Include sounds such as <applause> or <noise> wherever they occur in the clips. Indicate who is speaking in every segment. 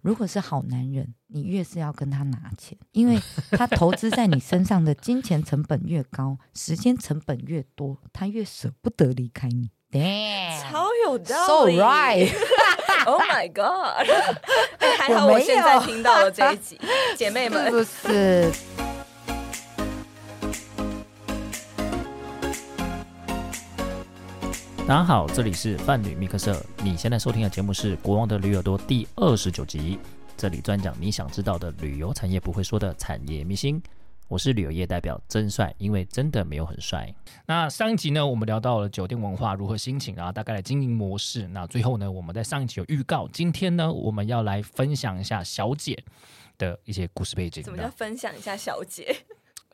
Speaker 1: 如果是好男人，你越是要跟他拿钱，因为他投资在你身上的金钱成本越高， <laughs> 时间成本越多，他越舍不得离开你。Damn，so
Speaker 2: 超有道理
Speaker 1: right，
Speaker 2: <laughs>
Speaker 3: <laughs>
Speaker 2: Oh my
Speaker 1: <laughs>
Speaker 2: god！哎还好
Speaker 1: 我没有
Speaker 2: 我现在听到了这一集，姐
Speaker 3: 哎
Speaker 2: 妹
Speaker 1: 是
Speaker 2: 们，
Speaker 1: 不是？
Speaker 4: 大家好，这里是伴侣密克社，你现在收听的节目是《国王的驴耳朵》第二十九集，这里专讲你想知道的旅游产业不会说的产业秘辛。我是旅游业代表真帅，因为真的没有很帅。
Speaker 3: 那上一集呢，我们聊到了酒店文化如何兴起，然后大概的经营模式。那最后呢，我们在上一集有预告，今天呢，我们要来分享一下小姐的一些故事背
Speaker 2: <laughs>
Speaker 3: 景。
Speaker 2: 怎么叫分享一下小姐？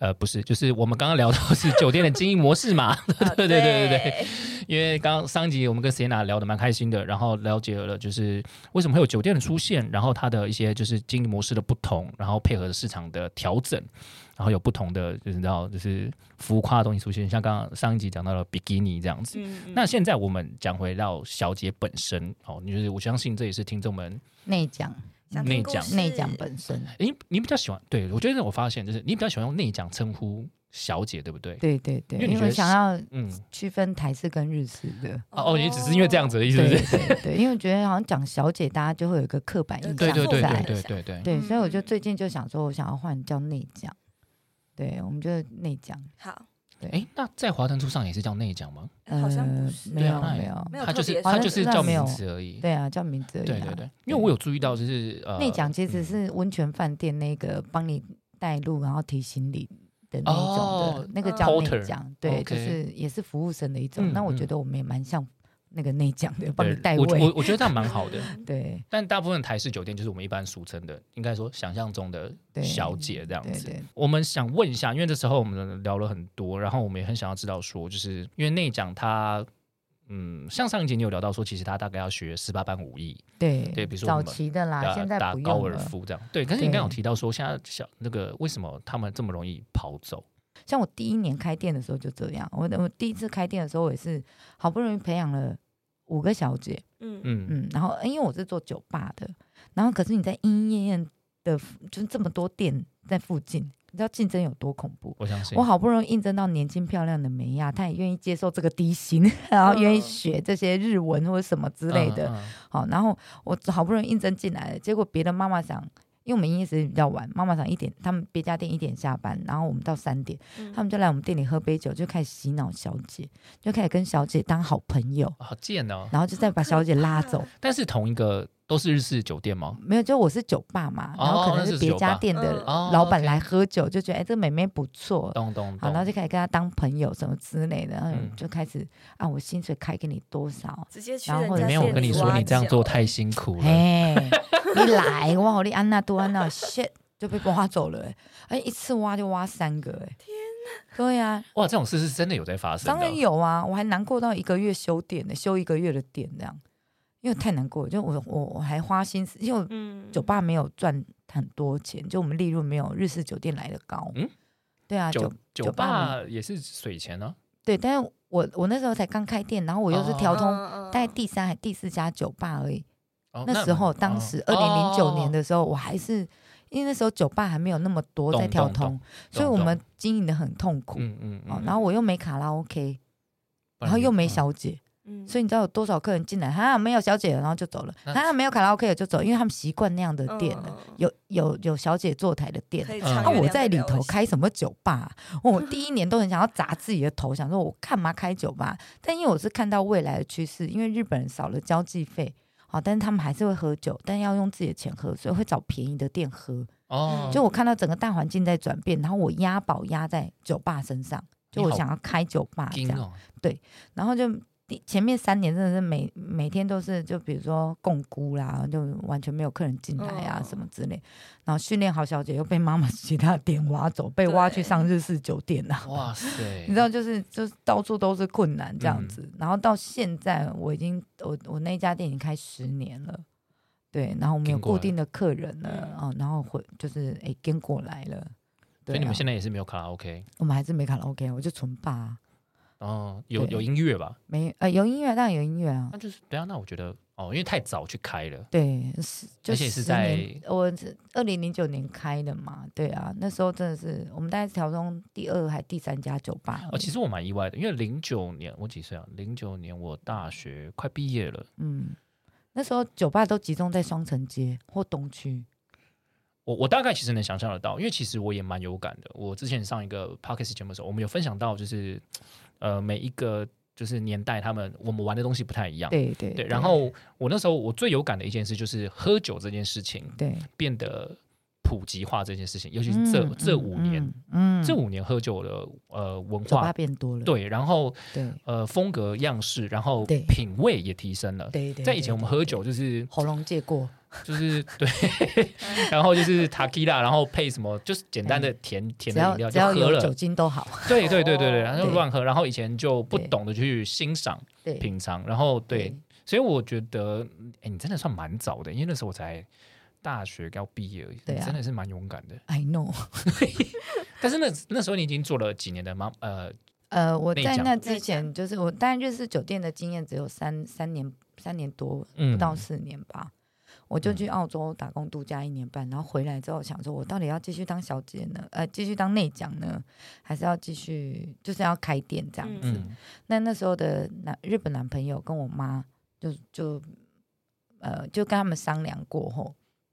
Speaker 3: 呃，不是，就是我们刚刚聊到是酒店的经营模式嘛。 <laughs>
Speaker 2: 啊
Speaker 3: <laughs> 对对对对对，因为刚刚上一集我们跟 Sienna 聊得蛮开心的，然后了解了就是为什么会有酒店的出现，然后它的一些就是经营模式的不同，然后配合市场的调整，然后有不同的就是你知道就是浮夸的东西出现，像刚刚上一集讲到了比基尼这样子。
Speaker 2: 嗯，嗯
Speaker 3: 那现在我们讲回到小姐本身哦，你就是我相信这也是听众们，
Speaker 1: 内讲
Speaker 2: 想听
Speaker 3: 内
Speaker 2: 故
Speaker 3: 讲
Speaker 2: 事
Speaker 1: 内讲本身，
Speaker 3: 诶，你比较喜欢，对我觉得我发现就是你比较喜欢用内讲称呼小姐，对不对？
Speaker 1: 对对对，
Speaker 3: 因为你
Speaker 1: 因
Speaker 3: 觉
Speaker 1: 为
Speaker 3: 得
Speaker 1: 想要
Speaker 3: 嗯，
Speaker 1: 区分台式跟日式的。
Speaker 3: 哦，哦，也只是因为这样子的意思，是不
Speaker 1: 对
Speaker 3: 是？
Speaker 1: 对对，因为我觉得好像讲小姐，大家就会有一个刻板印象
Speaker 3: 对
Speaker 1: 在。
Speaker 3: 对对
Speaker 2: 这样子
Speaker 3: 对对对对。
Speaker 1: 对，所以我就
Speaker 2: 嗯
Speaker 1: 最近就想说，我想要换叫内讲。对，我们就内讲，
Speaker 2: 好，
Speaker 3: 哎，那在华灯初上也是叫内讲吗？
Speaker 1: 呃，
Speaker 2: 好像不是，
Speaker 1: 没
Speaker 3: 对啊
Speaker 1: 有
Speaker 3: 那也
Speaker 1: 没有，
Speaker 2: 没有
Speaker 3: 它就
Speaker 2: 特
Speaker 3: 是
Speaker 2: 别
Speaker 3: 它就是
Speaker 1: 好像
Speaker 3: 叫
Speaker 1: 没有
Speaker 3: 名字而已。
Speaker 1: 对啊，叫名字而已、
Speaker 3: 对
Speaker 1: 啊。
Speaker 3: 对对，因为我有注意到就是呃，
Speaker 1: 内讲其实
Speaker 3: 嗯
Speaker 1: 是温泉饭店那个帮你带路，然后提行李的那一种的，
Speaker 3: 哦
Speaker 1: 那个叫内
Speaker 3: porter，
Speaker 1: 讲，对，
Speaker 3: OK
Speaker 1: 就是也是服务生的一种。
Speaker 3: 嗯
Speaker 1: 那我觉
Speaker 3: 嗯
Speaker 1: 得我们也蛮像那个内讲的，帮你
Speaker 3: 对
Speaker 1: 带
Speaker 3: 我我
Speaker 1: 位。
Speaker 3: 我觉得这样蛮
Speaker 1: <laughs>
Speaker 3: 好的。
Speaker 1: 对
Speaker 3: 但大部分台式酒店就是我们一般俗称的，应该说想象中的
Speaker 1: 对
Speaker 3: 小姐这样
Speaker 1: 对
Speaker 3: 子。
Speaker 1: 对，
Speaker 3: 我们想问一下，因为这时候我们聊了很多，然后我们也很想要知道说，就是因为内讲他，嗯，像上一节你有聊到说，其实他大概要学十八般武艺，
Speaker 1: 对
Speaker 3: 对比如说
Speaker 1: 早
Speaker 3: 我们
Speaker 1: 期的啦，
Speaker 3: 打
Speaker 1: 啊现在
Speaker 3: 打
Speaker 1: 不
Speaker 3: 高
Speaker 1: 用
Speaker 3: 尔
Speaker 1: 了。
Speaker 3: 夫这样。对，可
Speaker 1: 对
Speaker 3: 是你刚刚有提到说，现在小那个为什么他们这么容易跑走？
Speaker 1: 像我第一年开店的时候就这样，我我第一次开店的时候我也是好不容易培养了五个小姐，
Speaker 2: 嗯嗯，
Speaker 3: 嗯，
Speaker 1: 嗯，然后因为我是做酒吧的，然后可是你在莺莺燕燕的，就是这么多店在附近，你知道竞争有多恐怖。
Speaker 3: 我相信
Speaker 1: 我好不容易应征到年轻漂亮的梅亚，她也愿意接受这个低薪，然后愿意学这些日文或者什么之类的。
Speaker 3: 嗯嗯
Speaker 1: 好，然后我好不容易应征进来了，结果别的妈妈想，因为我们营业时间比较晚，妈妈想一点，他们别家店一点下班，然后我们到三点，
Speaker 2: 嗯
Speaker 3: 嗯
Speaker 1: 他们就来我们店里喝杯酒，就开始洗脑小姐，就开始跟小姐当好朋友，
Speaker 3: 好贱哦！
Speaker 1: 然后就再把小姐拉走。
Speaker 3: 但是同一个都是日式酒店吗？
Speaker 1: 没有，就我是酒吧嘛，
Speaker 3: 哦
Speaker 1: 然后可能
Speaker 3: 那
Speaker 1: 是
Speaker 3: 是
Speaker 1: 别
Speaker 3: 酒
Speaker 1: 家
Speaker 3: 吧
Speaker 1: 店的
Speaker 2: 嗯
Speaker 3: 哦
Speaker 1: 老板
Speaker 3: OK
Speaker 1: 来喝酒，就觉得哎，这个妹妹不错，
Speaker 3: 咚咚
Speaker 1: 好，
Speaker 3: 咚，
Speaker 1: 然后就开始跟她当朋友什么之类的，然后
Speaker 3: 嗯
Speaker 1: 就开开始啊，我薪水开给你多少？
Speaker 2: 直接去
Speaker 1: 然
Speaker 2: 人
Speaker 1: 后
Speaker 2: 家啊
Speaker 3: 没有，我跟你说，你这样做太辛苦了。
Speaker 1: 哎，你来哇，我的安娜多安娜 shit 就被挖走了、欸，哎，一次挖就挖三个、哎，天哪！对呀、啊，
Speaker 3: 哇，这种事是真的有在发生
Speaker 1: 当
Speaker 3: 的
Speaker 1: 然。有啊，我还难过到一个月修店呢、修一个月的店这样，因为太难过了，就我我我还花心思，因为我
Speaker 2: 嗯
Speaker 1: 酒吧没有赚很多钱，就我们利润没有日式酒店来的高。
Speaker 3: 嗯
Speaker 1: 对啊，酒
Speaker 3: 酒
Speaker 1: 酒
Speaker 3: 酒
Speaker 1: 吧
Speaker 3: 吧也是水钱啊呢、
Speaker 1: 对，但是我我那时候才刚开店，然后我又是调通，
Speaker 2: 通
Speaker 1: 大概第三还第四家酒吧而已。
Speaker 3: 哦
Speaker 1: 那时候当时二零零九年，的时候，我还是因为那时候酒吧还没有那么多在
Speaker 3: 懂
Speaker 1: 调
Speaker 3: 懂
Speaker 1: 通
Speaker 3: 懂，
Speaker 1: 所以
Speaker 3: 懂
Speaker 1: 我
Speaker 3: 懂
Speaker 1: 们经营的很痛苦。
Speaker 3: 嗯嗯嗯
Speaker 1: 哦，然后我又没卡拉 OK，
Speaker 3: 不
Speaker 1: 然后
Speaker 3: 你
Speaker 1: 又没
Speaker 3: 嗯
Speaker 1: 小姐，
Speaker 2: 嗯
Speaker 1: 所以你知道有多少客人进来，哈，没有小姐了，然后就走了，
Speaker 3: 那
Speaker 1: 哈，没有卡拉 OK 了就走，因为他们习惯那样的店了，
Speaker 2: 嗯
Speaker 1: 有有有小姐坐台的店
Speaker 2: 可以哦
Speaker 3: 嗯
Speaker 2: 长
Speaker 3: 啊
Speaker 1: 那、
Speaker 2: 远
Speaker 1: 我
Speaker 2: 两
Speaker 1: 在里
Speaker 2: 个表
Speaker 1: 头
Speaker 2: 演
Speaker 1: 开什么酒吧啊、我第一年都很想要砸自己的头，想说我干嘛开酒吧？但因为我是看到未来的趋势，因为日本人少了交际费，好、但是他们还是会喝酒，但要用自己的钱喝，所以会找便宜的店喝。
Speaker 3: 哦，
Speaker 1: 就我看到整个大环境在转变，然后我押宝押在酒吧身上，就
Speaker 3: 你
Speaker 1: 我
Speaker 3: 好
Speaker 1: 想要开酒吧这
Speaker 3: 金
Speaker 1: 样，
Speaker 3: 哦，
Speaker 1: 然后就。第前面三年真的是每每天都是，就比如说共估啦，就完全没有客人进来啊，
Speaker 2: 嗯
Speaker 1: 什么之类。然后训练好小姐又被妈妈 <laughs> 其他店挖走，被挖去
Speaker 2: 对
Speaker 1: 上日式酒店啊。
Speaker 3: 哇塞，
Speaker 1: <laughs> 你知道，就是就是到处都是困难这
Speaker 3: 嗯
Speaker 1: 样子。然后到现在，我已经我我那家店已经开十年了，对，然后我们有
Speaker 3: 跟过
Speaker 1: 固
Speaker 3: 来
Speaker 1: 定的客人了
Speaker 2: 嗯
Speaker 1: 啊、哦然后回就是哎跟过来了，
Speaker 3: 所
Speaker 1: 对、
Speaker 3: 以
Speaker 1: 啊，
Speaker 3: 你们现在也是没有卡拉 OK，
Speaker 1: 我们还是没卡拉 OK，我就纯霸、啊，
Speaker 3: 哦，有
Speaker 1: 对
Speaker 3: 有音乐吧？
Speaker 1: 没呃有音乐，当然有音乐啊，
Speaker 3: 那就是对啊，那我觉得哦，因为太早去开了，
Speaker 1: 对，是就
Speaker 3: 而且是
Speaker 1: 10
Speaker 3: 在
Speaker 1: 年我二零零九年开的嘛，对啊，那时候真的是我们大概是条中第二还第三家酒吧而已，
Speaker 3: 哦，其实我蛮意外的，因为零九年我几岁啊？零九年我大学快毕业了，
Speaker 1: 嗯，那时候酒吧都集中在双城街或东区，
Speaker 3: 我我大概其实能想象得到，因为其实我也蛮有感的。我之前上一个 podcast 节目的时候，我们有分享到，就是呃每一个就是年代他们我们玩的东西不太一样，
Speaker 1: 对对
Speaker 3: 啊对。然后我那时候我最有感的一件事就是喝酒这件事情
Speaker 1: 对，
Speaker 3: 变得普及化这件事情，尤其是这、
Speaker 1: 嗯
Speaker 3: 这五年，，
Speaker 1: 嗯，嗯
Speaker 3: 这
Speaker 1: 嗯
Speaker 3: 五年喝酒的呃文
Speaker 1: 酒吧
Speaker 3: 化。
Speaker 1: 变多了，
Speaker 3: 对，然后
Speaker 1: 对
Speaker 3: 呃，风格样式，然后
Speaker 1: 对
Speaker 3: 品味也提升了。
Speaker 1: 对对，
Speaker 3: 在以前我们
Speaker 1: 对
Speaker 3: 喝
Speaker 1: 对
Speaker 3: 酒就是
Speaker 1: 喉咙借过，
Speaker 3: 就是对，然后就是塔 q 拉，然后配什么，就是简单的甜
Speaker 1: 嗯
Speaker 3: 甜
Speaker 1: 只要
Speaker 3: 的饮料
Speaker 1: 只
Speaker 3: 就
Speaker 1: 要
Speaker 3: 喝
Speaker 1: 有酒
Speaker 3: 了。
Speaker 1: 精都好，
Speaker 3: 对对对对对，
Speaker 2: 哦
Speaker 3: 然后就
Speaker 1: 对
Speaker 3: 乱喝，然后以前就不
Speaker 1: 对
Speaker 3: 懂得去欣赏、
Speaker 1: 对，
Speaker 3: 品尝，然后对，所以我觉得，哎，你真的算蛮早的，因为那时候我才大学刚毕业而已，
Speaker 1: 对啊
Speaker 3: 你真的是蛮勇敢的。
Speaker 1: ，I know。 <laughs>
Speaker 3: 但是那那时候你已经做了几年的妈呃，
Speaker 1: 呃，我
Speaker 3: 内
Speaker 1: 在
Speaker 3: 讲
Speaker 1: 那
Speaker 2: 内
Speaker 1: 之前，就是我当然认识酒店的经验只有三三年三年多
Speaker 3: 嗯
Speaker 1: 不到四年吧，我就去澳洲打工度假一年半，然后回来之后想说，我到底要继续当小姐呢，呃，继续当内讲呢，还是要继续就是要开店这样子？
Speaker 3: 嗯
Speaker 1: 那那时候的男日本男朋友跟我妈就就呃就跟他们商量过后，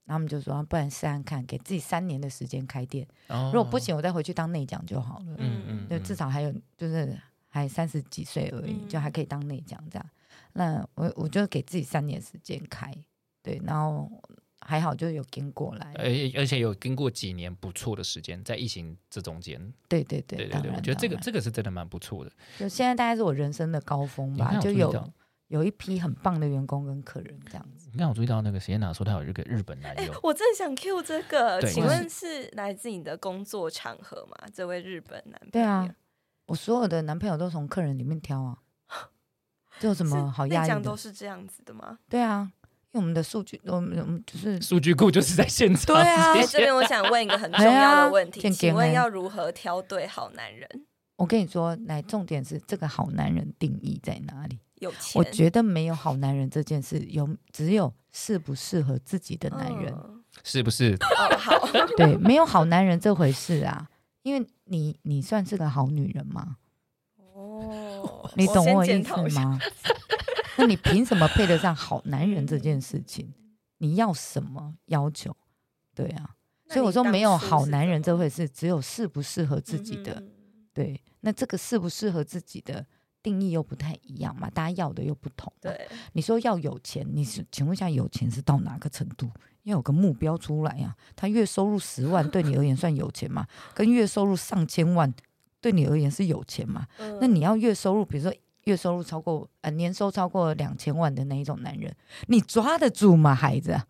Speaker 1: 然后他们就说，啊不然试看看，给自己三年的时间开店，
Speaker 3: 如
Speaker 1: 如果不，行，我再回去当内讲就好了。
Speaker 3: 哦嗯嗯，
Speaker 1: 就至少还有就是还三十几岁而已，
Speaker 2: 嗯
Speaker 1: 就还可以当内讲这样。那我我就给自己三年时间开，对，然后还好就有跟过来，
Speaker 3: 而呃而且有经过几年不错的时间，在疫情这中间，
Speaker 1: 对对对，
Speaker 3: 对对
Speaker 1: 当
Speaker 3: 对，
Speaker 1: 然
Speaker 3: 我觉得这个
Speaker 1: 当然
Speaker 3: 这个是真的蛮不错的。
Speaker 1: 就现在大概是我人生的高峰
Speaker 3: 你
Speaker 1: 吧，
Speaker 3: 看我
Speaker 1: 就
Speaker 3: 注意
Speaker 1: 有
Speaker 3: 到
Speaker 1: 有一批很棒的员工跟客人这样子。
Speaker 3: 你看我注意到那个谁娜说她有一个日
Speaker 1: <laughs>
Speaker 3: 本男
Speaker 1: 哎
Speaker 3: 友，
Speaker 2: 我正想 Q 这个，
Speaker 3: 对
Speaker 2: 请
Speaker 3: 我是
Speaker 2: 问是来自你的工作场合吗？这位日本男朋友
Speaker 1: 对啊，我所有的男朋友都从客人里面挑啊，这有什么
Speaker 2: 是
Speaker 1: 好
Speaker 2: 内
Speaker 1: 压抑
Speaker 2: 讲都
Speaker 1: 的？
Speaker 2: 是这样子的
Speaker 3: <laughs>
Speaker 2: 吗？
Speaker 1: 对啊，因为我们的数据，我们我们就是
Speaker 3: 数据库就是在现场。
Speaker 1: 对
Speaker 3: <laughs>
Speaker 1: 啊
Speaker 2: 哎，
Speaker 3: 直
Speaker 2: 这
Speaker 3: 接
Speaker 2: 边我想问一个很重
Speaker 1: 哎呀
Speaker 2: 要的问题，
Speaker 1: 健健
Speaker 2: 请问
Speaker 1: 哎
Speaker 2: 要如何挑对好男人？
Speaker 1: 我跟你说，来重点是这个好男人定义在哪里？
Speaker 2: 有钱，
Speaker 1: 我觉得没有好男人这件事，有只有适不适合自己的男
Speaker 2: <laughs>
Speaker 1: 人。
Speaker 2: 嗯
Speaker 3: 是不是？
Speaker 1: <laughs>
Speaker 2: 哦，好，
Speaker 1: 对，没有好男人这回事啊，因为你你算是个好女人吗？
Speaker 2: 哦，
Speaker 1: 你懂
Speaker 2: 我
Speaker 1: 我
Speaker 2: 先
Speaker 1: 意
Speaker 2: 检
Speaker 1: 思
Speaker 2: 讨一下？
Speaker 1: 吗？那你凭什么配得上好男人这件事情？你要什么要求？对啊，
Speaker 2: 那
Speaker 1: 所以我
Speaker 2: 你
Speaker 1: 说
Speaker 2: 当
Speaker 1: 没有
Speaker 2: 初
Speaker 1: 好
Speaker 2: 是
Speaker 1: 男
Speaker 2: 怎
Speaker 1: 人这
Speaker 2: 么
Speaker 1: 回事，只有适不适合自己的。
Speaker 2: 嗯
Speaker 1: 对，那这个适不适合自己的定义又不太一样嘛，大家要的又不同嘛。
Speaker 2: 对，
Speaker 1: 你说要有钱，你是请问一下，有钱是到哪个程度？要有个目标出来呀、他月收入十万，对你而言算有钱吗？ <laughs> 跟月收入上千万，对你而言是有钱吗？哦那
Speaker 2: 那
Speaker 1: 你要月收入，比如说月收入超过呃年收超过两千万的那一种男人，你抓得住吗，孩子？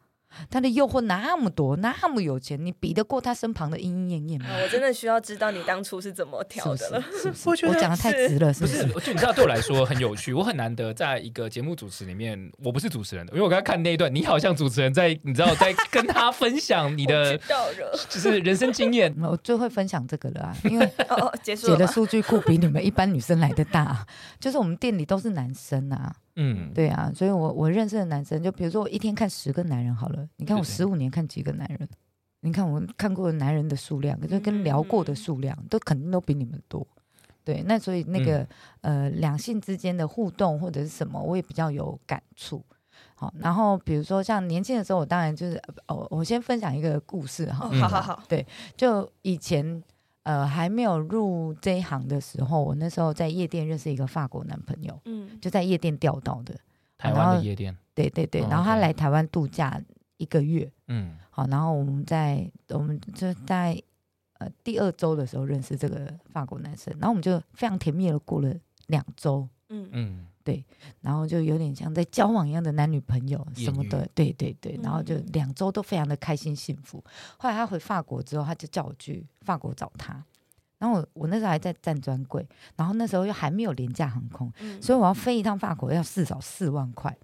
Speaker 1: 他的诱惑那么多，那么有钱，你比得过他身旁的莺莺燕燕吗？
Speaker 2: 啊我真的需要知道你当初是怎么
Speaker 1: 是
Speaker 2: 挑
Speaker 1: 不
Speaker 2: 的
Speaker 1: 是
Speaker 2: 了。？
Speaker 1: 是不是？
Speaker 2: 我
Speaker 1: 我
Speaker 2: 觉得
Speaker 1: 讲的太
Speaker 2: 是
Speaker 1: 直了，是
Speaker 3: 不
Speaker 1: 不是
Speaker 3: 是？，我就你知道，对我来说很有趣。我很难得在一个节目主持里面，我不是主持人的，因为我刚刚看那一段，你好像主持人在，你知道，在跟他分享
Speaker 1: <laughs>
Speaker 3: 你
Speaker 2: 我
Speaker 3: 的
Speaker 2: 知道了，
Speaker 3: 就是人生经验。
Speaker 1: 嗯我最会分享这个了啊，因为
Speaker 2: 哦，哦结束
Speaker 1: 姐
Speaker 2: 了
Speaker 1: 的
Speaker 2: 吗？
Speaker 1: 数据库比你们一般女生来的大、啊
Speaker 3: <laughs>
Speaker 1: 就是我们店里都是男生啊，
Speaker 3: 嗯，
Speaker 1: 对啊，所以我我认识的男生，就比如说我一天看十个男人好了，你看我
Speaker 3: 对对
Speaker 1: 十五年看几个男人，你看我看过的男人的数
Speaker 3: 嗯
Speaker 1: 量，就跟聊过的数量，都肯定都比你们多。对，那所以那个、
Speaker 3: 嗯
Speaker 1: 呃两性之间的互动或者是什么，我也比较有感触。好，然后比如说像年轻的时候，我当然就是哦，我先分享一个故事哈
Speaker 2: 哦，，
Speaker 3: 嗯
Speaker 2: 好好好，
Speaker 1: 就以前呃还没有入这一行的时候，我那时候在夜店认识一个法国男朋友，
Speaker 2: 嗯，
Speaker 1: 就在夜店钓到的。
Speaker 3: 台湾的夜店，
Speaker 1: 对对对，
Speaker 3: 哦
Speaker 1: 然后他
Speaker 3: OK
Speaker 1: 来台湾度假一个月，
Speaker 3: 嗯，
Speaker 1: 好，然后我们在我们就在呃第二周的时候认识这个法国男生，然后我们就非常甜蜜的过了两周，
Speaker 2: 嗯嗯
Speaker 3: 嗯，
Speaker 1: 然后就有点像在交往一样的男女朋友
Speaker 3: 艳
Speaker 1: 什么的，对对对
Speaker 2: 嗯，
Speaker 1: 然后就两周都非常的开心幸福。后来他回法国之后，他就叫我去法国找他，然后我我那时候还在站专柜，然后那时候又还没有廉价航空，
Speaker 2: 嗯，
Speaker 1: 所以我要飞一趟法国要至少四万块，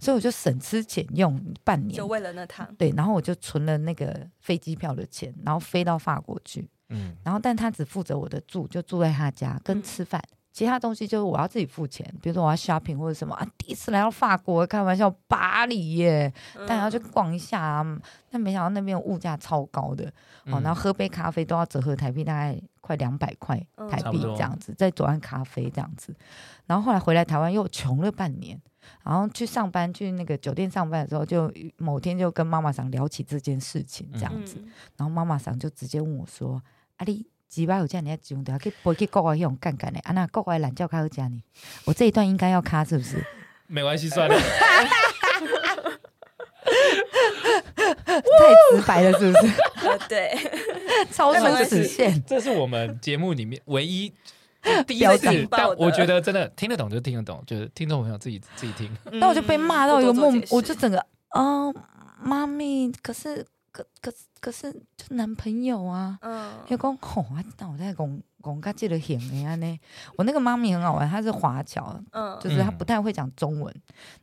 Speaker 1: 所以我就省吃俭用半年
Speaker 2: 就，为了那趟，
Speaker 1: 对，然后我就存了那个飞机票的钱，然后飞到法国去，
Speaker 3: 嗯，
Speaker 1: 然后但他只负责我的住，就住在他家跟
Speaker 2: 嗯
Speaker 1: 吃饭，其他东西就是我要自己付钱，比如说我要 shopping 或者什么啊。第一次来到法国，开玩笑，巴黎耶，
Speaker 2: 嗯
Speaker 1: 当然要去逛一下啊。但没想到那边物价超高的哦，
Speaker 3: 嗯
Speaker 1: 然后喝杯咖啡都要折合台币大概快两百块
Speaker 2: 嗯
Speaker 1: 台
Speaker 3: 差不
Speaker 1: 币
Speaker 3: 多
Speaker 1: 这样子，在左岸咖啡这样子。然后后来回来台湾又穷了半年，然后去上班去那个酒店上班的时候，就某天就跟妈妈桑聊起这件事情这样子，
Speaker 2: 嗯
Speaker 1: 然后妈妈桑就直接问我说：“啊你。”几百有这样的酒，要去飞去国外那种干干的，啊那国外懒觉较好吃呢。我这一段应该要卡是不是？
Speaker 3: 没关系，算了。
Speaker 1: 太直白了是不是？
Speaker 2: 呃对，
Speaker 1: <laughs> 超嗯
Speaker 2: 那没
Speaker 1: 出
Speaker 2: 关系
Speaker 1: 死线。
Speaker 3: 这是我们节目里面唯一第一
Speaker 1: 表
Speaker 3: 次
Speaker 2: 情，
Speaker 3: 但
Speaker 2: 包的
Speaker 3: 我觉得真的听得懂就听得懂，就是听众朋友自己自己听。
Speaker 1: 那我就被骂到一个
Speaker 2: 梦
Speaker 1: 梦，，我就整个哦，妈咪，可是可可是可是就男朋友啊，
Speaker 2: 嗯
Speaker 1: 又讲吼，啊，那我在讲讲个这个型的安呢。我那个妈咪很好玩，她是华侨，
Speaker 2: 嗯
Speaker 1: 就是她
Speaker 3: 嗯
Speaker 1: 不太会讲中文，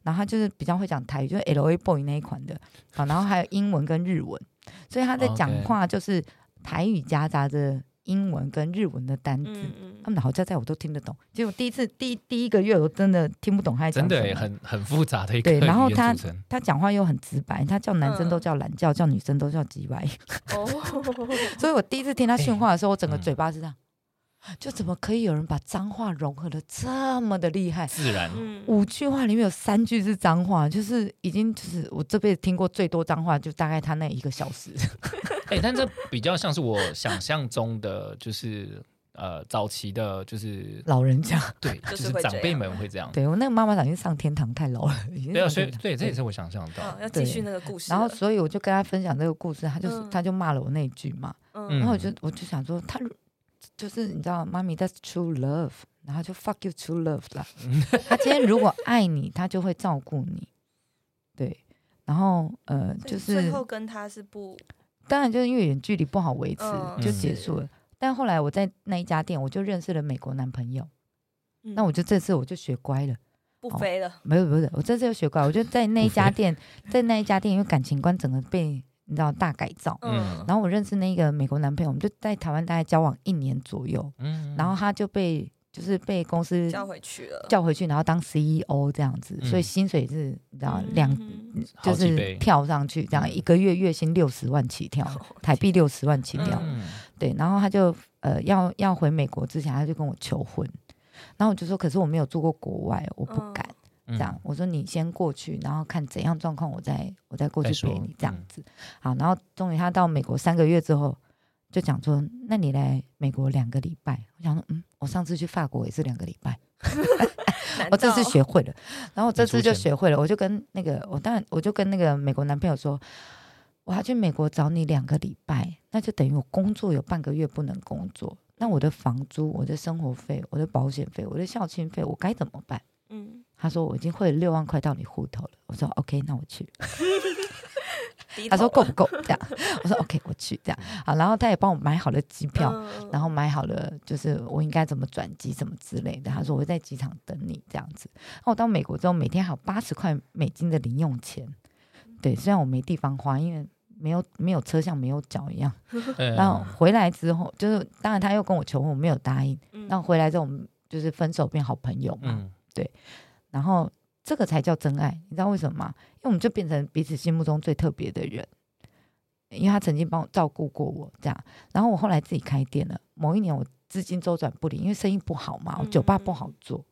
Speaker 1: 然后她就是比较会讲台语，就是 L A Boy 那一款的啊，然后还有英文跟日文，所以她在讲
Speaker 3: OK
Speaker 1: 话就是台语夹杂着英文跟日文的
Speaker 2: <laughs>
Speaker 1: 单字。
Speaker 2: 嗯
Speaker 1: 他们的好家在我都听得懂，结果第一次第一第一个月我真的听不懂他在讲什
Speaker 3: 真的
Speaker 1: 么
Speaker 3: 耶，很很复杂的一个
Speaker 1: 对然后
Speaker 3: 语言
Speaker 1: 他
Speaker 3: 组成
Speaker 1: 他讲话又很直白，他叫男生都叫懒叫，叫女生都叫鸡歪。
Speaker 2: 哦，
Speaker 1: 所以我第一次听他训话的时候，我整个
Speaker 3: 嗯
Speaker 1: 嘴巴是这样，就怎么可以有人把脏话融合的这么的厉害？
Speaker 3: 自然，
Speaker 2: 嗯
Speaker 1: 五句话里面有三句是脏话，就是已经就是我这辈子听过最多脏话，就大概他那一个小
Speaker 2: <laughs>
Speaker 1: 时。
Speaker 3: 哎、但这比较像是我想象中的，就是呃早期的，就是
Speaker 1: 老人家，
Speaker 3: 对，就
Speaker 2: 就是
Speaker 3: 是
Speaker 2: 会
Speaker 3: 长
Speaker 2: 这
Speaker 3: 辈
Speaker 2: 样
Speaker 3: 们会这样。
Speaker 1: 对我那个妈妈早就上天堂，太老了。已经
Speaker 3: 对
Speaker 1: 上
Speaker 3: 啊，所以
Speaker 1: 天堂
Speaker 3: 对，这也是我想象到
Speaker 2: 好，。嗯要继续那个故事
Speaker 1: 然
Speaker 2: 了。
Speaker 1: 后，所以我就跟他分享这个故事，他就是
Speaker 2: 啊嗯
Speaker 1: 他就骂了我那一句嘛，
Speaker 3: 嗯
Speaker 1: 然后我就我就想说，他就是你知道，妈咪 that's true love，然后就 fuck you true love
Speaker 2: <laughs>
Speaker 1: 啦。他今天如果爱你，他就会照顾你，对。然后呃，
Speaker 2: 所以
Speaker 1: 就是
Speaker 2: 最后跟他是不，
Speaker 1: 当然就是因为远距离不好维持，
Speaker 2: 嗯
Speaker 1: 就
Speaker 3: 嗯
Speaker 1: 结束了。但后来我在那一家店，我就认识了美国男朋友。那
Speaker 2: 那
Speaker 1: 我就哦这次我就学乖了，
Speaker 2: 嗯不飞了，
Speaker 1: 没有不是，我这次又学乖，我就在那一家
Speaker 3: <laughs>
Speaker 1: 店，在那一家店，因为感情观整个被你知道大改造。
Speaker 3: 嗯
Speaker 2: 嗯
Speaker 1: 然后我认识那个美国男朋友，我们就在台湾大概交往一年左右。
Speaker 3: 嗯
Speaker 1: 然后他就被就是被公司
Speaker 2: 叫回去了，
Speaker 1: 叫回去，然后当 CEO 这样子，
Speaker 3: 嗯
Speaker 1: 所以薪水是你知道
Speaker 2: 嗯
Speaker 1: 两
Speaker 2: 嗯
Speaker 1: 就
Speaker 3: 好几
Speaker 1: 是
Speaker 3: 倍嗯
Speaker 1: 跳上去，这样一个月月薪六十万起跳，台币六十万起跳，
Speaker 2: 嗯
Speaker 1: 对，然后他就呃要要回美国之前，他就跟我求婚，然后我就说，可是我没有住过国外，我不敢。
Speaker 3: 这
Speaker 1: 这样，我说你先过去，然后看怎样状况，我再我再过
Speaker 3: 再
Speaker 1: 去
Speaker 3: 说
Speaker 1: 陪你这样
Speaker 3: 嗯
Speaker 1: 子。好，然后终于他到美国三个月之后，就讲说，那你来美国两个礼拜。我想说，嗯，我上次去法国也是两个礼拜，
Speaker 2: 难
Speaker 1: 哦我这次
Speaker 2: 道
Speaker 1: 学会了，然后我这次就
Speaker 3: 出钱
Speaker 1: 学会了，我就跟那个我当然我就跟那个美国男朋友说，我要去美国找你两个礼拜，那就等于我工作有半个月不能工作，那我的房租、我的生活费、我的保险费、我的孝亲费，我该怎么办？
Speaker 2: 嗯，
Speaker 1: 他说我已经汇了六万块到你户头了，我说 OK，那我去。
Speaker 2: 低
Speaker 1: 他说
Speaker 2: 头
Speaker 1: 够不够？这样， <laughs> 我说 OK，我去这样。好，然后他也帮我买好了机票，
Speaker 2: 嗯
Speaker 1: 然后买好了就是我应该怎么转机什么之类的。他说我会在机场等你这样子。然后我到美国之后，每天还有八十块美金的零用钱，对，虽然我没地方花，因为。没有没有车像没有脚一样。
Speaker 3: 嗯
Speaker 1: 然后回来之后，就是当然他又跟我求婚，我没有答应。
Speaker 2: 嗯
Speaker 1: 那回来之后，我们就是分手变好朋友嘛。
Speaker 3: 嗯
Speaker 1: 然后这个才叫真爱，你知道为什么吗？因为我们就变成彼此心目中最特别的人，因为他曾经帮我照顾过我这样。然后我后来自己开店了，某一年我资金周转不灵，因为生意不好嘛，我酒吧不好做。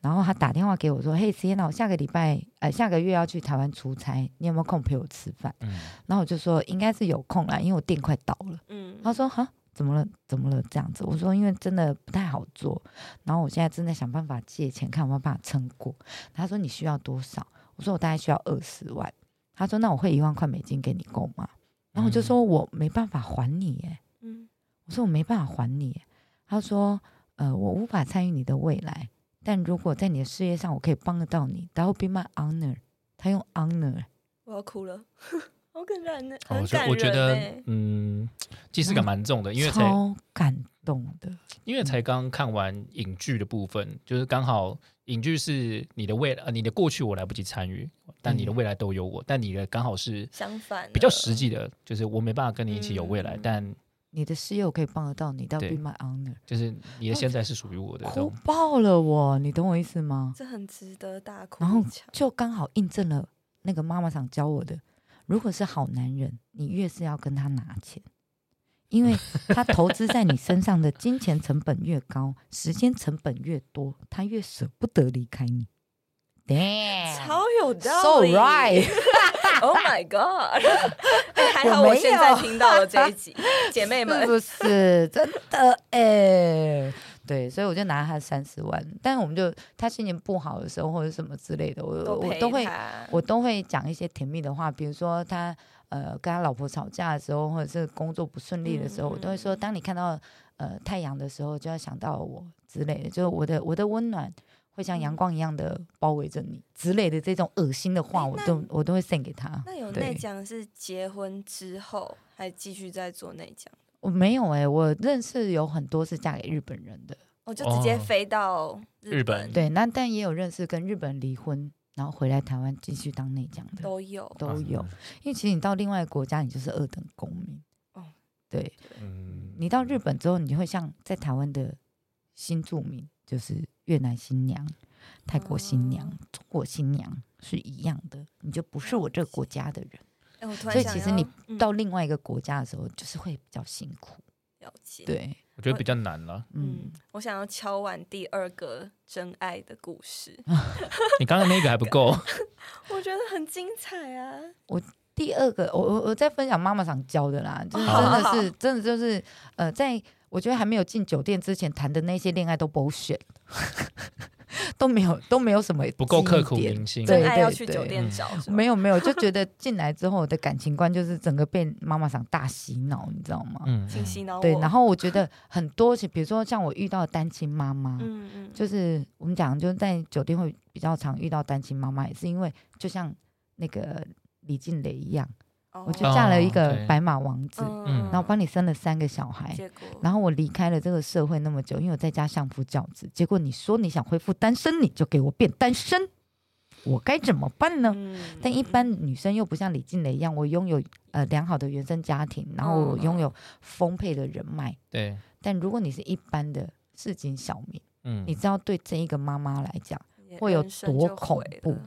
Speaker 1: 然后他打电话给我说：“嘿，时间我下个礼拜呃下个月要去台湾出差，你有没有空陪我吃饭
Speaker 3: 嗯？”
Speaker 1: 然后我就说：“应该是有空啦，因为我店快倒了。”
Speaker 2: 嗯，
Speaker 1: 他说：“哈，怎么了？怎么了？这样子？”我说：“因为真的不太好做，然后我现在正在想办法借钱，看有没有办法撑过。”他说：“你需要多少？”我说：“我大概需要二十万。”他说：“那我汇一万块美金给你够吗？”然后
Speaker 3: 嗯
Speaker 1: 我就说：“我没办法还你耶。
Speaker 2: 嗯，”
Speaker 1: 我说：“我没办法还你耶。”他说：“呃，我无法参与你的未来，但如果在你的事业上我可以帮得到你，that would be my honor。”他用 honor，
Speaker 2: 我要哭了， <laughs> 好感人呢，
Speaker 3: 哦我
Speaker 2: 很
Speaker 3: 觉
Speaker 2: 感
Speaker 3: 得我觉得
Speaker 2: 人呢欸
Speaker 3: 嗯，既视感蛮重的，因为才
Speaker 1: 超感动的。
Speaker 3: 因为
Speaker 1: 嗯
Speaker 3: 才刚看完影剧的部分，就是刚好影剧是你的未来，呃你的过去我来不及参与，但
Speaker 1: 嗯
Speaker 3: 你的未来都有我，但你的刚好是
Speaker 2: 相反
Speaker 3: 比较
Speaker 1: 嗯
Speaker 2: 了
Speaker 3: 实际的，就是我没办法跟你一起有未来，
Speaker 2: 嗯
Speaker 3: 但
Speaker 1: 你的事业我可以帮得到你，到 be
Speaker 3: 对
Speaker 1: my honor，
Speaker 3: 就是你的现在是属于我的，这
Speaker 1: 哭
Speaker 3: 种
Speaker 1: 爆了我，你懂我意思吗？
Speaker 2: 这很值得大哭
Speaker 1: 然后
Speaker 2: 一场。
Speaker 1: 就刚好印证了那个妈妈想教我的，如果是好男人，你越是要跟他拿钱，因为他投资在你身上的金钱成本越高，时间成本越多，他越舍不得离开你。Damn，so
Speaker 2: <laughs> 超有道理 <laughs>
Speaker 1: right，
Speaker 2: Oh my
Speaker 1: <laughs>
Speaker 2: god！哎还好
Speaker 1: 我没有
Speaker 2: 我现在听到了这一
Speaker 1: <laughs>
Speaker 2: 集，姐妹
Speaker 1: 是
Speaker 2: 们，
Speaker 1: 不是真的？哎、对，所以我就拿他三十万，但是我们就他心情不好的时候或者什么之类的，我我我
Speaker 2: 陪
Speaker 1: 都会
Speaker 2: 她
Speaker 1: 我都会讲一些甜蜜的话，比如说他呃跟他老婆吵架的时候，或者是工作不顺利的时候，
Speaker 2: 嗯
Speaker 1: 我都会说，当你看到呃太阳的时候，就要想到我之类的，就是我的我的温暖会像
Speaker 2: 嗯
Speaker 1: 阳光一样的包围着你之类的这种恶心的话，
Speaker 2: 哎
Speaker 1: 我
Speaker 2: 那
Speaker 1: 都我都会献给他。
Speaker 2: 那有
Speaker 1: 对
Speaker 2: 内讲是结婚之后还继续在做内讲，
Speaker 1: 我没有哎、我认识有很多是嫁给日本人的，
Speaker 2: 我就直接
Speaker 3: 哦
Speaker 2: 飞到
Speaker 3: 日
Speaker 2: 日
Speaker 3: 本
Speaker 1: 对，那但也有认识跟日本人离婚，然后回来台湾继续当内讲的。
Speaker 2: 都啊有。
Speaker 1: 都有，因为其实你到另外一个国家，你就是二等公民。
Speaker 2: 哦
Speaker 1: 对，
Speaker 3: 嗯
Speaker 1: 你到日本之后，你会像在台湾的新住民，就是越南新娘、泰国新娘、
Speaker 2: 哦
Speaker 1: 中国新娘是一样的，你就不是我这个国家的人。
Speaker 2: 哎，我突然
Speaker 1: 所以
Speaker 2: 想
Speaker 1: 其实
Speaker 2: 要
Speaker 1: 你
Speaker 2: 嗯
Speaker 1: 到另外一个国家的时候，就是会比较辛苦。
Speaker 2: 了解，
Speaker 1: 对，
Speaker 3: 我觉得比较难了。
Speaker 1: 嗯
Speaker 2: 嗯，，我想要敲完第二个真爱的故
Speaker 1: <laughs>
Speaker 2: 事，
Speaker 3: 你刚刚那个还不够，
Speaker 2: 我觉得很精彩啊！
Speaker 3: 嗯
Speaker 1: 第二个，我我我在分享妈妈想教的啦，就是真
Speaker 2: 好
Speaker 1: 的
Speaker 2: <laughs>
Speaker 1: 是真的就是呃，在我觉得还没有进酒店之前谈的那些恋爱都 bullshit，都没有都没有什么
Speaker 3: 不够刻苦
Speaker 1: 记忆点
Speaker 3: 铭心。
Speaker 1: 对
Speaker 2: 真爱要去酒店找，
Speaker 3: 嗯
Speaker 2: 是吗
Speaker 1: 没有没有，就觉得进来之后我的感情观就是整个被妈妈桑大洗脑，你知道吗？
Speaker 3: 嗯，
Speaker 2: 请洗脑我。
Speaker 1: 对，然后我觉得很多，比如说像我遇到的单亲妈妈，
Speaker 2: 嗯嗯，
Speaker 1: 就是我们讲就是在酒店会比较常遇到单亲妈妈，也是因为就像那个李静蕾一样，我就
Speaker 2: 哦
Speaker 1: 嫁了一
Speaker 3: 哦
Speaker 1: 个
Speaker 3: 对
Speaker 1: 白马王子，
Speaker 3: 嗯
Speaker 1: 然后帮你生了三个小孩。
Speaker 2: 结果，
Speaker 1: 然后我离开了这个社会那么久，因为我在家相夫教子。结果你说你想恢复单身，你就给我变单身，我该怎么办呢？
Speaker 2: 嗯
Speaker 1: 但一般女生又不像李静蕾一样，我拥有呃良好的原生家庭，然后我拥有丰沛的人脉。
Speaker 3: 对，
Speaker 1: 但如果你是一般的市井小民，
Speaker 3: 嗯
Speaker 1: 你知道对这一个妈妈来讲
Speaker 2: 也
Speaker 1: 会有
Speaker 2: 人生
Speaker 1: 多
Speaker 2: 就
Speaker 1: 恐
Speaker 2: 毁
Speaker 1: 怖
Speaker 2: 了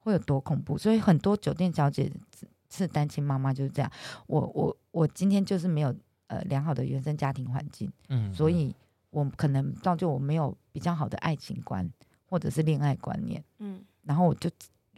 Speaker 1: 会有多恐怖？所以很多酒店小姐是是单亲妈妈就是这样。我我我今天就是没有呃良好的原生家庭环境，
Speaker 3: 嗯
Speaker 1: 所以我可能造就我没有比较好的爱情观或者是恋爱观念。
Speaker 2: 嗯，
Speaker 1: 然后我就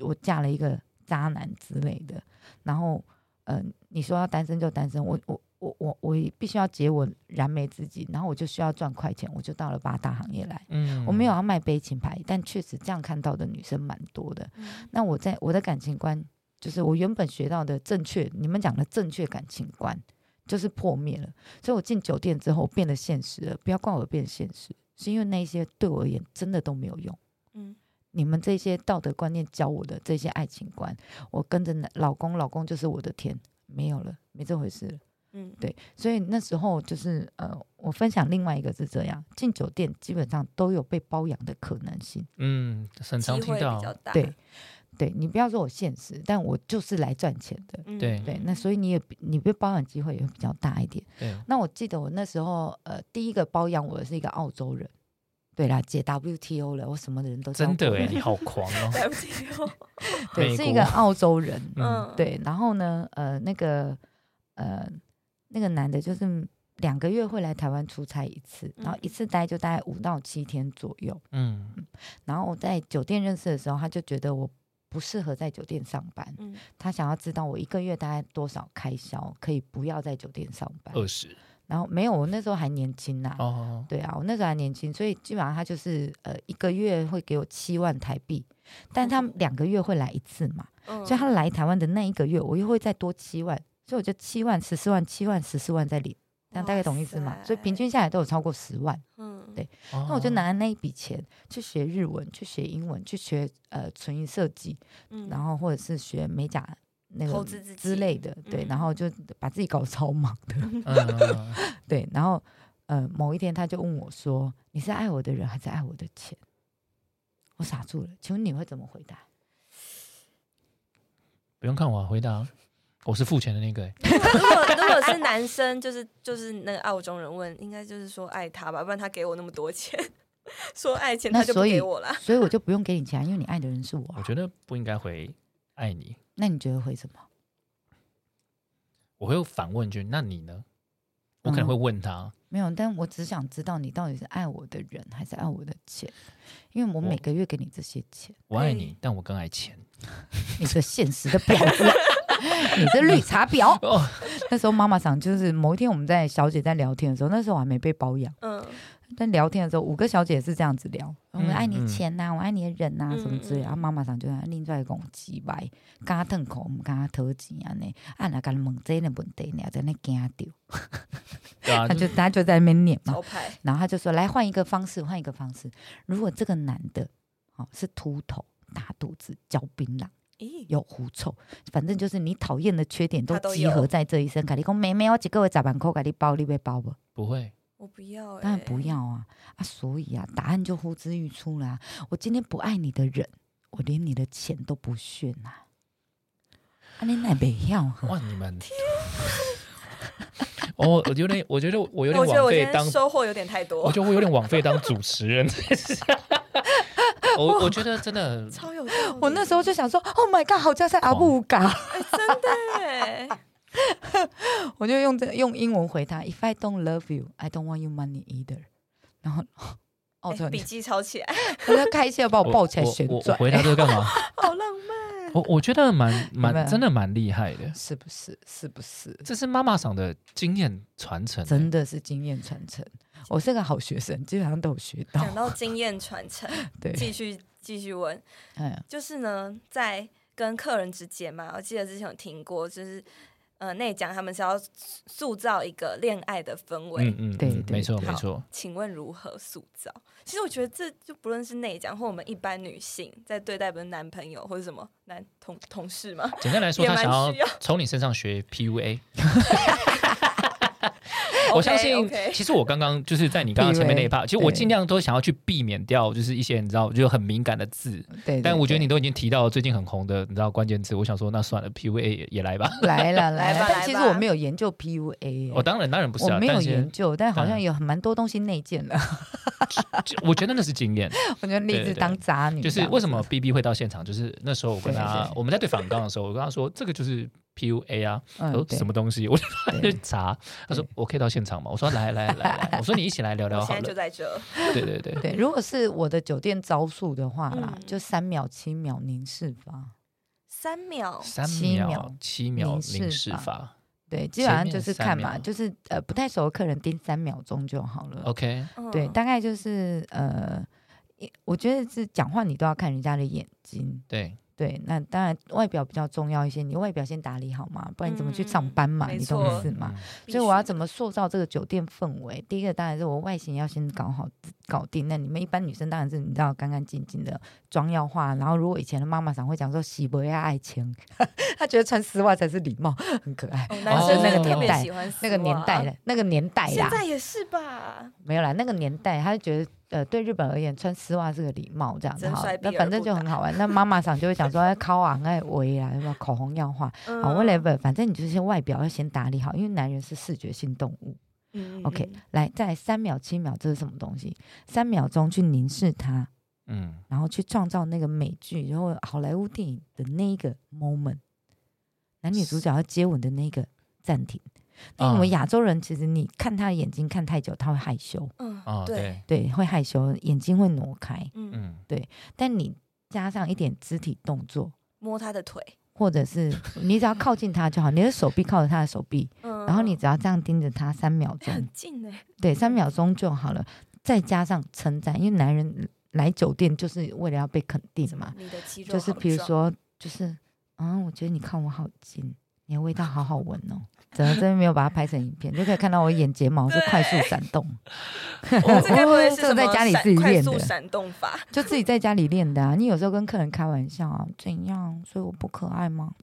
Speaker 1: 我嫁了一个渣男之类的，然后呃，你说要单身就单身，我我我我我也必须要解我燃眉之急，然后我就需要赚快钱，我就到了八大行业来。
Speaker 3: 嗯
Speaker 1: 我没有要啊卖悲情牌，但确实这样看到的女生蛮多的。
Speaker 2: 嗯
Speaker 1: 那我在我的感情观，就是我原本学到的正确，你们讲的正确感情观，就是破灭了。所以我进酒店之后变得现实了，不要怪我变现实，是因为那一些对我而言真的都没有用。
Speaker 2: 嗯
Speaker 1: 你们这些道德观念教我的这些爱情观，我跟着男老公，老公就是我的天，没有了，没这回事了。
Speaker 2: 嗯，
Speaker 1: 对，所以那时候就是呃，我分享另外一个是这样，进酒店基本上都有被包养的可能性。
Speaker 3: 嗯，很
Speaker 2: 机
Speaker 3: 常
Speaker 2: 会
Speaker 3: 听
Speaker 2: 比较
Speaker 3: 到，
Speaker 2: 大，
Speaker 1: 对，对你不要说我现实，但我就是来赚钱的。
Speaker 2: 嗯
Speaker 3: 对
Speaker 1: 对，那所以你也你被包养机会也会比较大一点。
Speaker 3: 对，
Speaker 1: 那我记得我那时候呃，第一个包养我的是一个澳洲人。对啦，姐 WTO 了，我什么的人都交
Speaker 3: 真的
Speaker 1: 过
Speaker 3: 哎，你好狂
Speaker 1: <laughs>
Speaker 3: 哦，
Speaker 2: <laughs> 对不起哦，
Speaker 1: 对，
Speaker 3: 美
Speaker 1: 是
Speaker 3: 国
Speaker 1: 一个澳洲人，
Speaker 3: 嗯
Speaker 2: 嗯，
Speaker 1: 对，然后呢，呃，那个呃，那个男的，就是两个月会来台湾出差一次，然后一
Speaker 2: 嗯
Speaker 1: 次待就大概五到七天左右。
Speaker 3: 嗯
Speaker 1: 然后我在酒店认识的时候，他就觉得我不适合在酒店上班，
Speaker 2: 嗯，
Speaker 1: 他想要知道我一个月大概多少开销，可以不要在酒店上班。
Speaker 2: 呃
Speaker 3: 二十
Speaker 1: 然后没有，我那时候还年轻呐、
Speaker 3: 哦，
Speaker 1: 对啊，我那时候还年轻，所以基本上他就是呃一个月会给我七万台币，
Speaker 2: 哦
Speaker 1: 但他们两个月会来一次嘛，
Speaker 2: 嗯
Speaker 1: 所以他来台湾的那一个月，我又会再多七万，所以我就七万、十四万、七万、十四万在领，这样大概懂意思吗？
Speaker 2: 哇
Speaker 1: 所以平均下来都有超过十万。
Speaker 2: 嗯
Speaker 1: 对
Speaker 3: 那
Speaker 1: 那我就拿了那一笔钱去学日文、去学英文、去学呃纯银设计，
Speaker 2: 嗯
Speaker 1: 然后或者是学美甲那
Speaker 2: 投
Speaker 1: 个
Speaker 2: 资自己嗯
Speaker 1: 之类的，对，然后就把自己搞得超忙的，
Speaker 3: 嗯
Speaker 1: <laughs> 对，然后呃某一天他就问我说：“你是爱我的人还是爱我的钱？”我傻住了，请问你会怎么回答？
Speaker 3: 不用看我回答，啊我是付钱的那个、欸，
Speaker 2: 如果如果是男生，就是就是那个澳洲人问，应该就是说爱他吧，不然他给我那么多钱， <laughs> 说爱钱
Speaker 1: 那
Speaker 2: 他就不
Speaker 1: 所以
Speaker 2: 给我啦。
Speaker 1: 所以我就不用给你钱，因为你爱的人是我啊、
Speaker 3: 我觉得不应该回爱你，
Speaker 1: 那你觉得会什么？
Speaker 3: 我会反问一句，那你呢？我可能会问他，
Speaker 1: 没有，但我只想知道你到底是爱我的人还是爱我的钱，因为我每个月给你这些钱，
Speaker 3: 我爱
Speaker 2: 可
Speaker 3: 你
Speaker 2: 以，
Speaker 3: 但我更爱钱。
Speaker 1: 你这现实的婊 <laughs> 子，你这绿茶婊。
Speaker 3: 哦，
Speaker 1: 那时候妈妈桑就是某一天我们在小姐在聊天的时候，那时候我还没被包养，
Speaker 2: 嗯，
Speaker 1: 但聊天的时候五个小姐也是这样子聊，我爱你钱呐、我爱你的人呐、
Speaker 2: 嗯
Speaker 1: 什么之类的。
Speaker 2: 嗯
Speaker 1: 然后妈妈桑就在那拎出来讲几百，加疼口，唔加讨钱安尼，啊那甲问这个问题，你要在那惊掉，
Speaker 3: 对
Speaker 1: 他，
Speaker 3: 啊
Speaker 1: <laughs> 就他就在那边念嘛
Speaker 2: 招，牌，
Speaker 1: 然后他就说：“来换一个方式，换一个方式。如果这个男的，哦，是秃头、大肚子、嚼槟榔、
Speaker 2: 咦，
Speaker 1: 有狐臭，反正就是你讨厌的缺点都
Speaker 2: 他都
Speaker 1: 集
Speaker 2: 有
Speaker 1: 合在这一身。卡利公妹妹，我几个月咋办？扣卡利包，你被包不？
Speaker 3: 不会，
Speaker 2: 我不要、欸，
Speaker 1: 当然不要啊啊！所以啊，答案就呼之欲出啦、我今天不爱你的人，我连你的钱都不屑呐、啊。啊，你哪没要啊？
Speaker 3: 哇，你们，哦，我有点，我觉得我有
Speaker 2: 我
Speaker 3: 点
Speaker 2: 觉得
Speaker 3: 枉
Speaker 2: 我今
Speaker 3: 费当
Speaker 2: 天收获有点太多
Speaker 3: 我，觉得我有点枉费当主持人。我我觉得真的，
Speaker 2: 超有道
Speaker 1: <laughs>
Speaker 2: 理。
Speaker 1: 我那时候就想说，Oh my god，好像在阿布乌嘎。
Speaker 2: 对，
Speaker 1: 哦我就用这用英文回他：If I don't love you, I don't want your money either。然后澳洲
Speaker 2: 哎
Speaker 1: 人
Speaker 2: 笔
Speaker 1: 就
Speaker 2: 记抄起来，
Speaker 1: <laughs> 他就开心的把我抱起来
Speaker 3: 我
Speaker 1: 旋
Speaker 3: 我我我
Speaker 1: 转，
Speaker 3: 回答这个干嘛？
Speaker 2: 好浪漫。
Speaker 3: 我我觉得蛮
Speaker 1: 有没
Speaker 3: 蛮
Speaker 1: 有
Speaker 3: 真的蛮厉害的，
Speaker 1: 是不是？是不是？
Speaker 3: 这是妈妈桑的经验传承。欸
Speaker 1: 真的是经验传承。我是个好学生，基本上都有学到。
Speaker 2: 讲到经验传承，
Speaker 1: <laughs> 对，
Speaker 2: 继续继续问，
Speaker 1: 嗯，
Speaker 2: 就是呢，在跟客人之间嘛，我记得之前有听过，就是呃内讲他们是要塑造一个恋爱的氛围，
Speaker 3: 嗯嗯，
Speaker 1: 对
Speaker 3: 嗯
Speaker 1: 对
Speaker 3: 没错
Speaker 2: 对
Speaker 3: 没错。
Speaker 2: 请问如何塑造？其实我觉得这就不论是内讲或我们一般女性在对待，不是男朋友或者什么男同同事嘛，
Speaker 3: 简单来说，
Speaker 2: 也
Speaker 3: 他
Speaker 2: 蛮
Speaker 3: 想要
Speaker 2: 需要
Speaker 3: 从你身上学 PUA。我相信 <laughs>
Speaker 2: OK，OK，
Speaker 3: 其实我刚刚就是在你刚刚前面那一
Speaker 1: PUA
Speaker 3: 趴，其实我尽量都想要去避免掉，就是一些你知道就很敏感的字。
Speaker 1: 对对
Speaker 3: 但我觉得
Speaker 1: 对
Speaker 3: 你都已经提到最近很红的，你知道关键字，我想说那算了，PUA 也也来吧。
Speaker 1: 来了来
Speaker 2: 来
Speaker 1: 了
Speaker 2: 吧，
Speaker 1: 但
Speaker 2: 来
Speaker 1: 其实
Speaker 2: 吧
Speaker 1: 我没有研究 PUA，
Speaker 3: 哦，当然当然不是
Speaker 1: 我
Speaker 3: 啊，
Speaker 1: 没有
Speaker 3: 但是
Speaker 1: 研究，但好
Speaker 3: 当
Speaker 1: 像
Speaker 3: 然
Speaker 1: 有很蛮多东西内建的。 <laughs>
Speaker 3: 就我觉得那是经验。
Speaker 1: 我觉得
Speaker 3: 对
Speaker 1: 立
Speaker 3: 对
Speaker 1: 志
Speaker 3: 对
Speaker 1: 当渣女这样子，
Speaker 3: 就是为什
Speaker 1: <laughs>
Speaker 3: 么 B B 会到现场？就是那时候我跟
Speaker 1: 对 <laughs>
Speaker 3: 他
Speaker 1: 对，对
Speaker 3: 我们在对访刚的时候，我跟他说这个就是 P U A 啊，他
Speaker 1: 嗯
Speaker 3: 说
Speaker 1: 对
Speaker 3: 什么东西？我 <laughs> 就他
Speaker 1: 对
Speaker 3: 就查，他说我可以到现场吗？我说来来来来，我说你一起来聊
Speaker 2: 我
Speaker 3: 聊
Speaker 2: 现
Speaker 3: 好
Speaker 2: 在就
Speaker 3: 了。
Speaker 2: 在这，
Speaker 3: 对对对，
Speaker 1: 对，如果是我的酒店招数的话啦，
Speaker 2: 嗯
Speaker 1: 就三秒、七秒凝视法。
Speaker 2: 三秒，
Speaker 3: 三
Speaker 1: 七
Speaker 3: 秒
Speaker 1: 秒
Speaker 3: 七秒
Speaker 1: 凝视
Speaker 3: 凝视
Speaker 1: 法
Speaker 3: 法
Speaker 1: 对，基本上
Speaker 3: 前面
Speaker 1: 就是
Speaker 3: 三
Speaker 1: 看嘛，
Speaker 3: 秒
Speaker 1: 就是呃不太熟的客人盯三秒钟就好了。
Speaker 3: ，OK，
Speaker 2: 嗯
Speaker 1: 对，大概就是呃，一我觉得是讲话你都要看人家的眼睛。
Speaker 3: 对，
Speaker 1: 对，那当然外表比较重要一些，你外表先打理好嘛，不然你怎么去上
Speaker 2: 嗯
Speaker 1: 班嘛？
Speaker 2: 没
Speaker 1: 你懂
Speaker 2: 错
Speaker 1: 意思吗？
Speaker 3: 嗯
Speaker 2: 必
Speaker 1: 所以我要
Speaker 2: 须
Speaker 1: 怎么塑造这个酒店氛围？第一个当然是我外形要先搞好、搞定。那你们一般女生当然是你知道干干净净的，妆要化。然后如果以前的妈妈常会讲说洗不要爱情， <laughs> 她觉得穿丝袜才是礼貌， <laughs> 很可爱。
Speaker 2: 哦，男生真
Speaker 3: 哦
Speaker 2: 的
Speaker 3: 那个
Speaker 2: 特别
Speaker 1: 年代
Speaker 2: 喜欢丝
Speaker 1: 那个年
Speaker 2: 袜
Speaker 1: 代的，那个年代
Speaker 2: 啊现
Speaker 1: 啦，
Speaker 2: 在也是吧？
Speaker 1: 没有啦，那个年代她就觉得。呃，对日本而言，穿丝袜是个礼貌，这样子
Speaker 2: 真
Speaker 1: 好
Speaker 2: 衰，避
Speaker 1: 那
Speaker 2: 而
Speaker 1: 反正
Speaker 2: 不
Speaker 1: 就
Speaker 2: 答
Speaker 1: 很好玩。那妈妈上就会
Speaker 2: <laughs>
Speaker 1: 讲说，哎，靠昂爱围啊，什么口红要画，
Speaker 2: 嗯
Speaker 1: 好，whatever，反正你就是外表要先打理好，因为男人是视觉性动物，
Speaker 2: 嗯
Speaker 1: OK
Speaker 2: 嗯
Speaker 1: 来，再来三秒、七秒，这是什么东西？三秒钟去凝视它，
Speaker 3: 嗯，
Speaker 1: 然后去创造那个美剧，然后好莱坞电影的那一个 moment，男女主角要接吻的那个暂停。那我们
Speaker 3: 嗯
Speaker 1: 亚洲人其实你看他的眼睛看太久，他会害羞，
Speaker 2: 嗯
Speaker 3: 哦，
Speaker 2: 对，
Speaker 3: 对，
Speaker 1: 对，会害羞，眼睛会挪开。
Speaker 2: 嗯，
Speaker 3: 嗯，
Speaker 1: 但你加上一点肢体动作，
Speaker 2: 摸他的腿，
Speaker 1: 或者是 <laughs> 你只要靠近他就好，你的手臂靠着他的手臂，
Speaker 2: 嗯，
Speaker 1: 然后你只要这样盯着他三秒
Speaker 2: <laughs>
Speaker 1: 钟，
Speaker 2: 很近欸呢，
Speaker 1: 对，三秒钟就好了，再加上称赞，因为男人来酒店就是为了要被肯定嘛，
Speaker 2: 你的肌肉
Speaker 1: 就是
Speaker 2: 好
Speaker 1: 比如
Speaker 2: 壮，
Speaker 1: 说，就是啊，我觉得你看我好近，你的味道好好闻哦。 <laughs> 怎么真的没有把它拍成影片，就可以看到我眼睫毛是快速闪动，
Speaker 2: 这该不会是
Speaker 1: 这
Speaker 2: 什
Speaker 1: 在
Speaker 2: 么
Speaker 1: 家里
Speaker 2: 闪
Speaker 1: 自己
Speaker 2: 快
Speaker 1: 练
Speaker 2: 速
Speaker 1: 的
Speaker 2: 闪动法？
Speaker 1: 就自己在家里练的啊。你有时候跟客人开玩笑啊，怎样？所以我不可爱吗？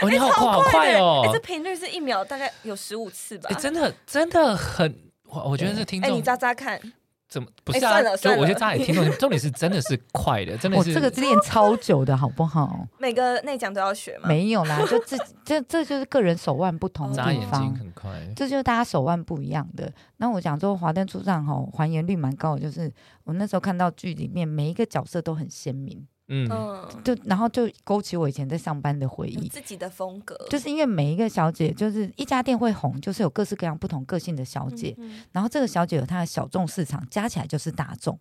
Speaker 2: 哎
Speaker 3: 哦，你好快好快哦哎
Speaker 2: 哎，这，频率是一秒大概有十五次吧哎
Speaker 3: 哎，？真的真的很，哇我觉得这听
Speaker 2: 哎，你
Speaker 3: 众
Speaker 2: 扎扎看，
Speaker 3: 怎么不是啊？
Speaker 2: 哎算了
Speaker 3: 就
Speaker 2: 算了
Speaker 3: 我觉得大家也听
Speaker 2: <laughs>
Speaker 3: 懂，重点是真的是快的，真的
Speaker 1: 我
Speaker 3: 是、
Speaker 1: 这个练超久的好不好？
Speaker 2: 每个内讲都要学嘛。
Speaker 1: 没有啦，就自己这这就是个人手腕不同的
Speaker 3: 哦眨
Speaker 1: 地
Speaker 3: 眼睛
Speaker 1: 方。
Speaker 3: 很快。
Speaker 1: 这就是大家手腕不一样的。那我讲说华灯初上吼，还原率蛮高的，就是我那时候看到剧里面每一个角色都很鲜明，
Speaker 3: 嗯，
Speaker 2: 嗯，
Speaker 1: 就然后就勾起我以前在上班的回
Speaker 2: 有
Speaker 1: 忆。
Speaker 2: 自己的风格，
Speaker 1: 嗯就是因为每一个小姐，就是一家店会红，就是有各式各样不同个性的小姐，
Speaker 2: 嗯
Speaker 1: 然后这个小姐有她的小众市场，加起来就是大众，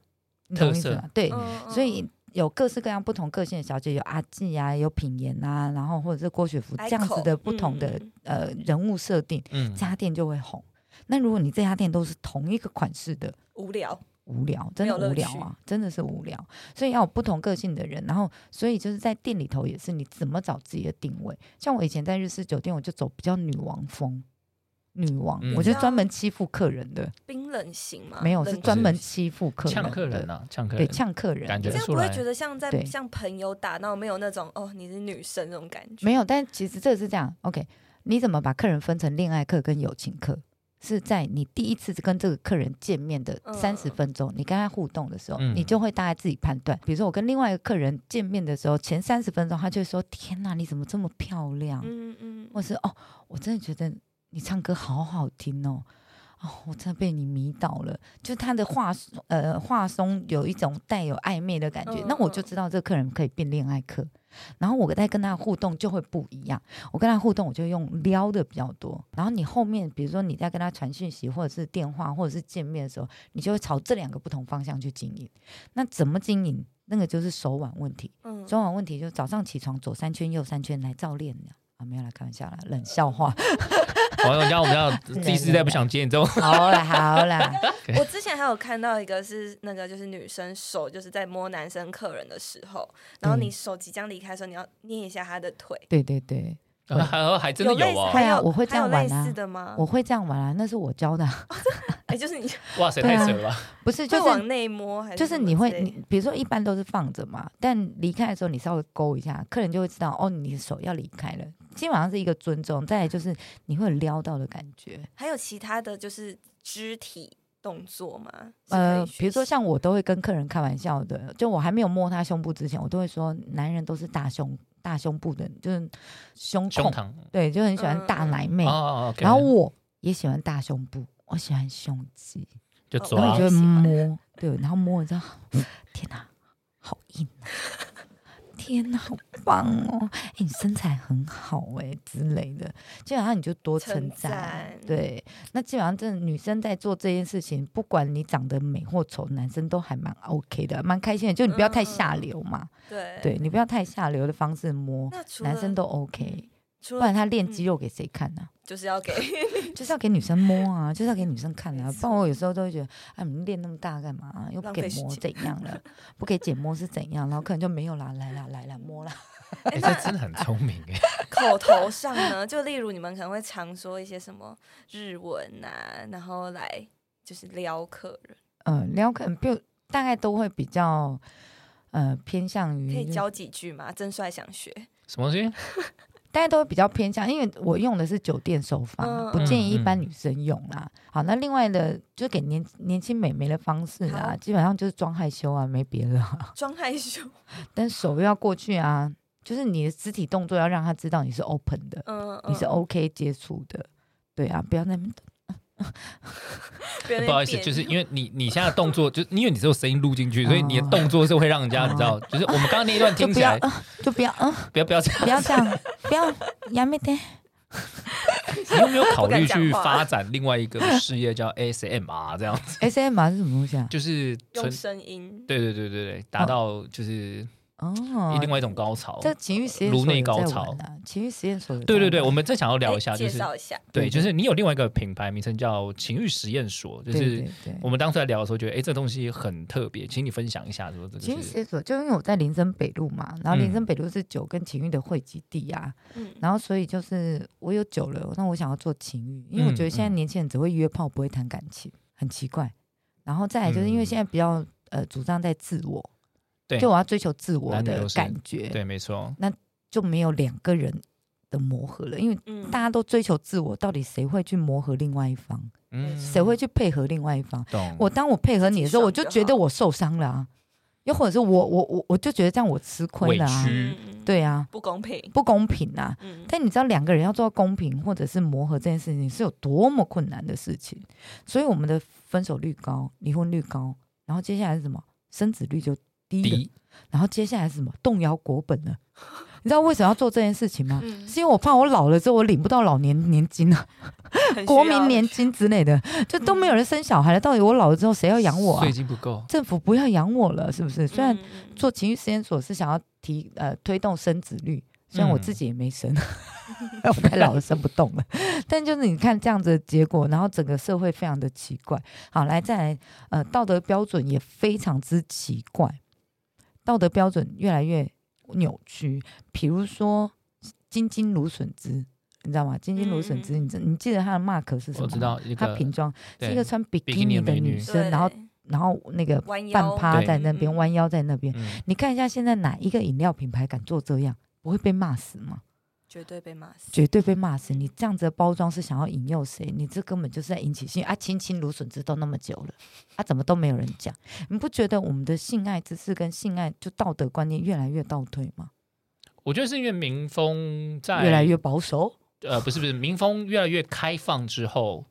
Speaker 1: 你懂我意思
Speaker 3: 特
Speaker 1: 吗？对，
Speaker 2: 嗯嗯
Speaker 1: 所以有各式各样不同个性的小姐，有阿纪啊，有品言啊，然后或者是郭雪芙这样子的不同的、
Speaker 2: 嗯
Speaker 1: 呃人物设定，
Speaker 3: 嗯
Speaker 1: 家店就会红。那如果你这家店都是同一个款式的，
Speaker 2: 无聊，
Speaker 1: 无聊，真的
Speaker 2: 没有乐
Speaker 1: 无聊啊，真的是无聊。所以要有不同个性的人，然后所以就是在店里头也是你怎么找自己的定位。像我以前在日式酒店，我就走比较女王风，女王，
Speaker 3: 嗯
Speaker 1: 我就专门欺负客人的，
Speaker 2: 冰冷型嘛，
Speaker 1: 没有
Speaker 2: 啊冷
Speaker 1: 是专门欺负客人的，
Speaker 3: 呛客人啊，呛客
Speaker 1: 对，
Speaker 3: 人，
Speaker 1: 呛客人的，
Speaker 3: 感觉
Speaker 2: 这样
Speaker 3: 出
Speaker 2: 不会
Speaker 3: 来
Speaker 2: 觉得像在
Speaker 1: 对
Speaker 2: 像朋友打闹，没有那种哦你是女生那种感觉，
Speaker 1: 没有，但其实这是这样，OK？你怎么把客人分成恋爱课跟友情课？是在你第一次跟这个客人见面的
Speaker 2: 嗯
Speaker 1: 三十分钟，你跟他互动的时候，
Speaker 3: 嗯
Speaker 1: 你就会大概自己判断。比如说，我跟另外一个客人见面的时候，前三十分钟，他就会说：“天哪，你怎么这么漂亮？”
Speaker 2: 嗯嗯
Speaker 1: 或是“哦，我真的觉得你唱歌好好听哦，哦，我真的被你迷倒了。”就他的话术，呃，话中有一种带有暧昧的感觉，
Speaker 2: 嗯
Speaker 1: 那我就
Speaker 2: 嗯
Speaker 1: 知道这客人可以变恋爱客。然后我在跟他互动就会不一样，我跟他互动我就用撩的比较多。然后你后面比如说你在跟他传讯息或者是电话或者是见面的时候，你就会朝这两个不同方向去经营。那怎么经营？那个就是手腕问题。
Speaker 2: 嗯，
Speaker 1: 中晚问题就是早上起床左三圈右三圈来照练的啊，没有啦，开玩笑啦，
Speaker 2: 嗯
Speaker 1: 冷笑
Speaker 2: <laughs>
Speaker 1: 话。
Speaker 3: 我哦要要我
Speaker 1: <laughs>
Speaker 3: 们要第四代不想接你这种，
Speaker 1: 好啦好啦，
Speaker 2: <laughs> 我之前还有看到一个是那个，就是女生手就是在摸男生客人的时候，然
Speaker 1: 嗯
Speaker 2: 后你手即将离开的时候，你要捏一下他的腿，
Speaker 1: <laughs> 对对对，
Speaker 3: 然后 <laughs> 还真的
Speaker 2: 类
Speaker 3: 有
Speaker 2: 似
Speaker 3: 哦，
Speaker 2: 还
Speaker 1: 对啊
Speaker 2: 有
Speaker 1: 我会这样
Speaker 2: 还有
Speaker 1: 玩啊
Speaker 2: 类似的吗？
Speaker 1: 我会这样玩啊，那是我教的啊，
Speaker 2: 哎，就是你
Speaker 3: 哇塞，
Speaker 1: 对
Speaker 3: 太
Speaker 1: 啊
Speaker 3: 扯了吧！
Speaker 1: 不是
Speaker 2: 会
Speaker 1: 就是
Speaker 2: 往内摸，还是
Speaker 1: 就是
Speaker 2: 什么
Speaker 1: 你会
Speaker 2: 之类的
Speaker 1: 你比如说一般都是放着嘛，但离开的时候你稍微勾一下，客人就会知道哦，你的手要离开了，基本上是一个尊重。再来就是你会有撩到的感觉，
Speaker 2: 还有其他的就是肢体动作吗？
Speaker 1: 呃，
Speaker 2: 是可以学习
Speaker 1: 比如说像我都会跟客人开玩笑的，就我还没有摸他胸部之前，我都会说男人都是大胸大胸部的，就是胸
Speaker 3: 胸
Speaker 1: 控。
Speaker 3: 膛
Speaker 1: 对，就很喜
Speaker 2: 嗯
Speaker 1: 欢大
Speaker 2: 嗯
Speaker 1: 奶妹，
Speaker 3: 哦，OK，
Speaker 1: 然后我也喜欢大胸部，我喜欢胸肌，
Speaker 3: 就
Speaker 2: 哦
Speaker 1: 然后
Speaker 3: 抓
Speaker 1: 你就会
Speaker 2: 喜欢
Speaker 1: 摸，对，然后摸，你知道，
Speaker 3: 嗯
Speaker 1: 天哪，好硬啊！天哪，好棒哦！哎、你身材很好哎、之类的，基本上你就多称
Speaker 2: 称
Speaker 1: 赞
Speaker 2: 赞。
Speaker 1: 对，那基本上这女生在做这件事情，不管你长得美或丑，男生都还蛮 OK 的，蛮开心的。就你不要太下
Speaker 2: 嗯嗯嗯
Speaker 1: 流嘛，
Speaker 2: 对，
Speaker 1: 对你不要太下流的方式摸，
Speaker 2: 那除了
Speaker 1: 男生都 OK，
Speaker 2: 嗯除
Speaker 1: 不
Speaker 2: 了
Speaker 1: 然他练肌
Speaker 2: 嗯
Speaker 1: 肉给谁看
Speaker 2: <clears throat>
Speaker 1: 呢、
Speaker 2: 就是
Speaker 1: <laughs>
Speaker 2: 要给
Speaker 1: 就是要给女生摸
Speaker 2: <laughs>
Speaker 1: 啊，就是要给女生看啊
Speaker 2: 没，错
Speaker 1: 不然我有时候都会觉得，哎，你们练那么大干嘛、又不
Speaker 2: 浪
Speaker 1: 给
Speaker 2: 费时
Speaker 1: 摸
Speaker 2: 间
Speaker 1: 怎样了？ <laughs> 不给姐摸是怎样？然后可能就没有啦，来啦来啦
Speaker 2: <laughs>
Speaker 1: 摸啦。
Speaker 3: 哎，这真的很聪明哎，
Speaker 2: 口头上呢，就例如你们可能会常说一些什么日文啊，然后来就是撩客人，
Speaker 1: 呃，撩可能就大概都会比较呃偏向于，
Speaker 2: 可以教几句吗？真帅想学，
Speaker 3: 什么东西？
Speaker 1: 大家都会比较偏向，因为我用的是酒店手法，
Speaker 2: 嗯
Speaker 1: 不建议一般
Speaker 3: 嗯嗯
Speaker 1: 女生用啦。好，那另外的就给年年轻美眉的方式
Speaker 2: 好
Speaker 1: 啊，基本上就是装害羞啊，没别的啊、
Speaker 2: 装害羞，
Speaker 1: 但手又要过去啊，就是你的肢体动作要让他知道你是 open 的。
Speaker 2: 嗯，
Speaker 1: 你是哦
Speaker 2: 嗯
Speaker 1: OK 接触的，对啊，不要在那边等
Speaker 2: 别人
Speaker 3: 不好意思，
Speaker 2: 变
Speaker 3: 就是因为你你现在的动作，就因为你只有声音录进去，所以你的
Speaker 1: 哦
Speaker 3: 动作是会让人家你知道，就是我们刚刚那一段
Speaker 1: 就
Speaker 3: 听
Speaker 1: 不
Speaker 3: 起
Speaker 1: 要
Speaker 3: 来，，
Speaker 1: 呃就不要，嗯，
Speaker 3: 不要不要这样，
Speaker 1: <laughs> 不要这样，不要，やめて。
Speaker 3: 你有没有考
Speaker 2: 不敢
Speaker 3: 虑
Speaker 2: 讲
Speaker 3: 去
Speaker 2: 话
Speaker 3: 发展另外一
Speaker 1: <laughs>
Speaker 3: 个事业叫 ASMR 这样子？
Speaker 1: S M R 是什么东西啊？
Speaker 3: 就是纯
Speaker 2: 用声音，
Speaker 3: 对对对对对，达到就是
Speaker 1: 哦，
Speaker 3: 另外一种高潮。
Speaker 1: 这情欲实验
Speaker 3: 颅
Speaker 1: 所
Speaker 3: 内
Speaker 1: 有
Speaker 3: 高
Speaker 1: 在
Speaker 3: 潮
Speaker 1: 玩啊，情欲实验所有
Speaker 3: 对对
Speaker 1: 在
Speaker 3: 对，
Speaker 1: 玩
Speaker 3: 我们正想要聊一下，
Speaker 2: 哎
Speaker 3: 就
Speaker 2: 介
Speaker 3: 是
Speaker 2: 绍一下，
Speaker 3: 对，
Speaker 1: 对
Speaker 3: 就是你有另外一个品牌名称叫情欲实验所，就
Speaker 1: 啊对
Speaker 3: 是
Speaker 1: 对对
Speaker 3: 我。们当时在聊的时候觉得，哎，这东西很特别，请你分享一下，说这
Speaker 1: 情
Speaker 3: 就
Speaker 1: 欲
Speaker 3: 是
Speaker 1: 实验所，就因为我在林森北路嘛，然后林
Speaker 3: 嗯
Speaker 1: 森北路是酒跟情欲的汇集地啊，
Speaker 2: 嗯，
Speaker 1: 然后所以就是我有酒了，那我想要做情欲，因为我觉得现在
Speaker 3: 嗯嗯
Speaker 1: 年轻人只会约炮，不会谈感情，很奇怪。然后再来就是因为
Speaker 3: 嗯
Speaker 1: 现在比较呃主张在自我，
Speaker 3: 对
Speaker 1: 就我要追求自我
Speaker 3: 男女
Speaker 1: 的
Speaker 3: 都是
Speaker 1: 感觉，
Speaker 3: 对，没错，
Speaker 1: 就没有两个人的磨合了，因为
Speaker 2: 嗯
Speaker 1: 大家都追求自我，到底谁会去磨合另外一方？
Speaker 3: 嗯
Speaker 1: 谁会去配合另外一方？
Speaker 3: 懂？
Speaker 1: 我当我配合你的时候，我
Speaker 2: 自己
Speaker 1: 就
Speaker 2: 爽就
Speaker 1: 觉得我受伤了啊，又或者是我我我我就觉得这样我吃亏了啊
Speaker 3: 委，屈
Speaker 2: 嗯嗯
Speaker 1: 对啊，
Speaker 2: 不公平，
Speaker 1: 不公平啊。
Speaker 2: 嗯，
Speaker 1: 但你知道两个人要做到公平或者是磨合这件事情是有多么困难的事情，所以我们的分手率高，离婚率高，然后接下来是什么？生子率就低了，
Speaker 3: 低
Speaker 1: 然后接下来是什么？动摇国本了。你知道为什么要做这件事情吗？
Speaker 2: 嗯
Speaker 1: 是因为我怕我老了之后我领不到老年年金啊，
Speaker 2: 很需
Speaker 1: <laughs> 国
Speaker 2: 要
Speaker 1: 民年金之类的，就都没有人生小孩了。到底我老了之后谁要养我啊
Speaker 3: 税？金不够，
Speaker 1: 政府不要养我了，是不是？虽然
Speaker 2: 嗯嗯嗯
Speaker 1: 做情绪实验所是想要提呃推动生子率，虽然我
Speaker 3: 嗯
Speaker 1: 自己也没生， <laughs> 我太老了生不动了， <laughs> 但就是你看这样子的结果，然后整个社会非常的奇怪。好，来再来呃道德标准也非常之奇怪，道德标准越来越扭曲，比如说金金芦笋汁。你知道吗？金金芦笋汁，你知你记得她的 mark 是什么吗？
Speaker 3: 嗯我知道一
Speaker 1: 她
Speaker 3: 个
Speaker 1: 瓶装是
Speaker 3: 对
Speaker 1: 一个穿比
Speaker 3: 比
Speaker 1: 基
Speaker 3: 基尼
Speaker 1: 尼
Speaker 3: 的
Speaker 1: 的
Speaker 3: 美
Speaker 1: 女
Speaker 3: 女
Speaker 1: 生，然后
Speaker 2: 对
Speaker 1: 然后那个
Speaker 2: 弯腰
Speaker 1: 半趴在那边，
Speaker 2: 嗯嗯
Speaker 1: 弯腰在那边。
Speaker 3: 嗯
Speaker 1: 你看一下现在哪一个饮料品牌敢做这样，不会被骂死吗？
Speaker 2: 绝对被骂死，
Speaker 1: 绝对被骂死！你这样子的包装是想要引诱谁？你这根本就是在引起性啊！亲亲芦笋汁都那么久了，啊，怎么都没有人讲？你不觉得我们的性爱知识跟性爱就道德观念越来越倒退吗？
Speaker 3: 我觉得是因为民风在
Speaker 1: 越来越保守？
Speaker 3: 呃，不是不是，民风越来越开放之后，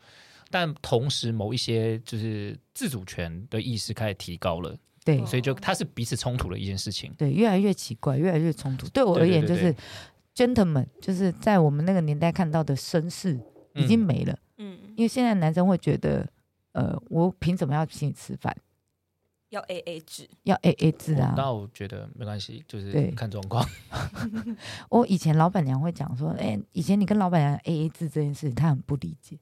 Speaker 3: 但同时某一些就是自主权的意识开始提高了，
Speaker 1: 对
Speaker 2: 哦
Speaker 3: 所以就它是彼此冲突的一件事情。
Speaker 1: 对，越来越奇怪，越来越冲突。对我而
Speaker 3: 对对
Speaker 1: 言，就
Speaker 3: 对
Speaker 1: 是 gentleman，就是在我们那个年代看到的绅士已经
Speaker 3: 嗯
Speaker 1: 没了。
Speaker 2: 嗯，
Speaker 1: 因为现在男生会觉得，呃，我凭什么要请你吃饭？
Speaker 2: 要 A A 制，
Speaker 1: 要 A A 制
Speaker 3: 我
Speaker 1: 啊！
Speaker 3: 倒觉得没关系，就是
Speaker 1: 对
Speaker 3: 看状况。
Speaker 1: 我以前老板娘会讲说，哎、以前你跟老板娘 A A 制这件事，她很不理解，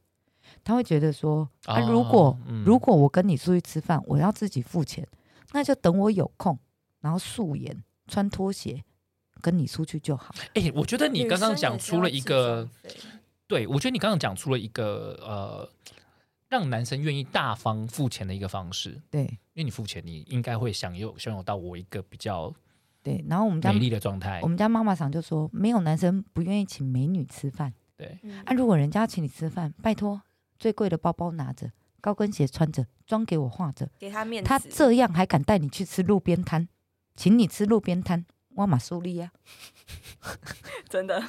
Speaker 1: 她会觉得说，啊，
Speaker 3: 哦
Speaker 1: 如果、
Speaker 3: 嗯
Speaker 1: 如果我跟你出去吃饭，我要自己付钱，那就等我有空，然后素颜穿拖鞋跟你出去就好。
Speaker 3: 哎、我觉得你
Speaker 2: 女
Speaker 3: 刚刚
Speaker 2: 生
Speaker 3: 讲
Speaker 2: 也是
Speaker 3: 出
Speaker 2: 要
Speaker 3: 了一
Speaker 2: 自
Speaker 3: 个，
Speaker 2: 装费
Speaker 3: 对我觉得你刚刚讲出了一个呃，让男生愿意大方付钱的一个方式，
Speaker 1: 对
Speaker 3: 因为你付钱，你应该会享有享有到我一个比较
Speaker 1: 对，然后我们家
Speaker 3: 美丽的状态
Speaker 1: 我。们家妈妈常就说，没有男生不愿意请美女吃饭。
Speaker 3: 对，
Speaker 2: 嗯
Speaker 1: 啊，如果人家请你吃饭，拜托，最贵的包包拿着，高跟鞋穿着，妆给我化着，
Speaker 2: 给他面子，
Speaker 1: 他这样还敢带你去吃路边摊，请你吃路边摊，哇马苏利亚，
Speaker 2: 真的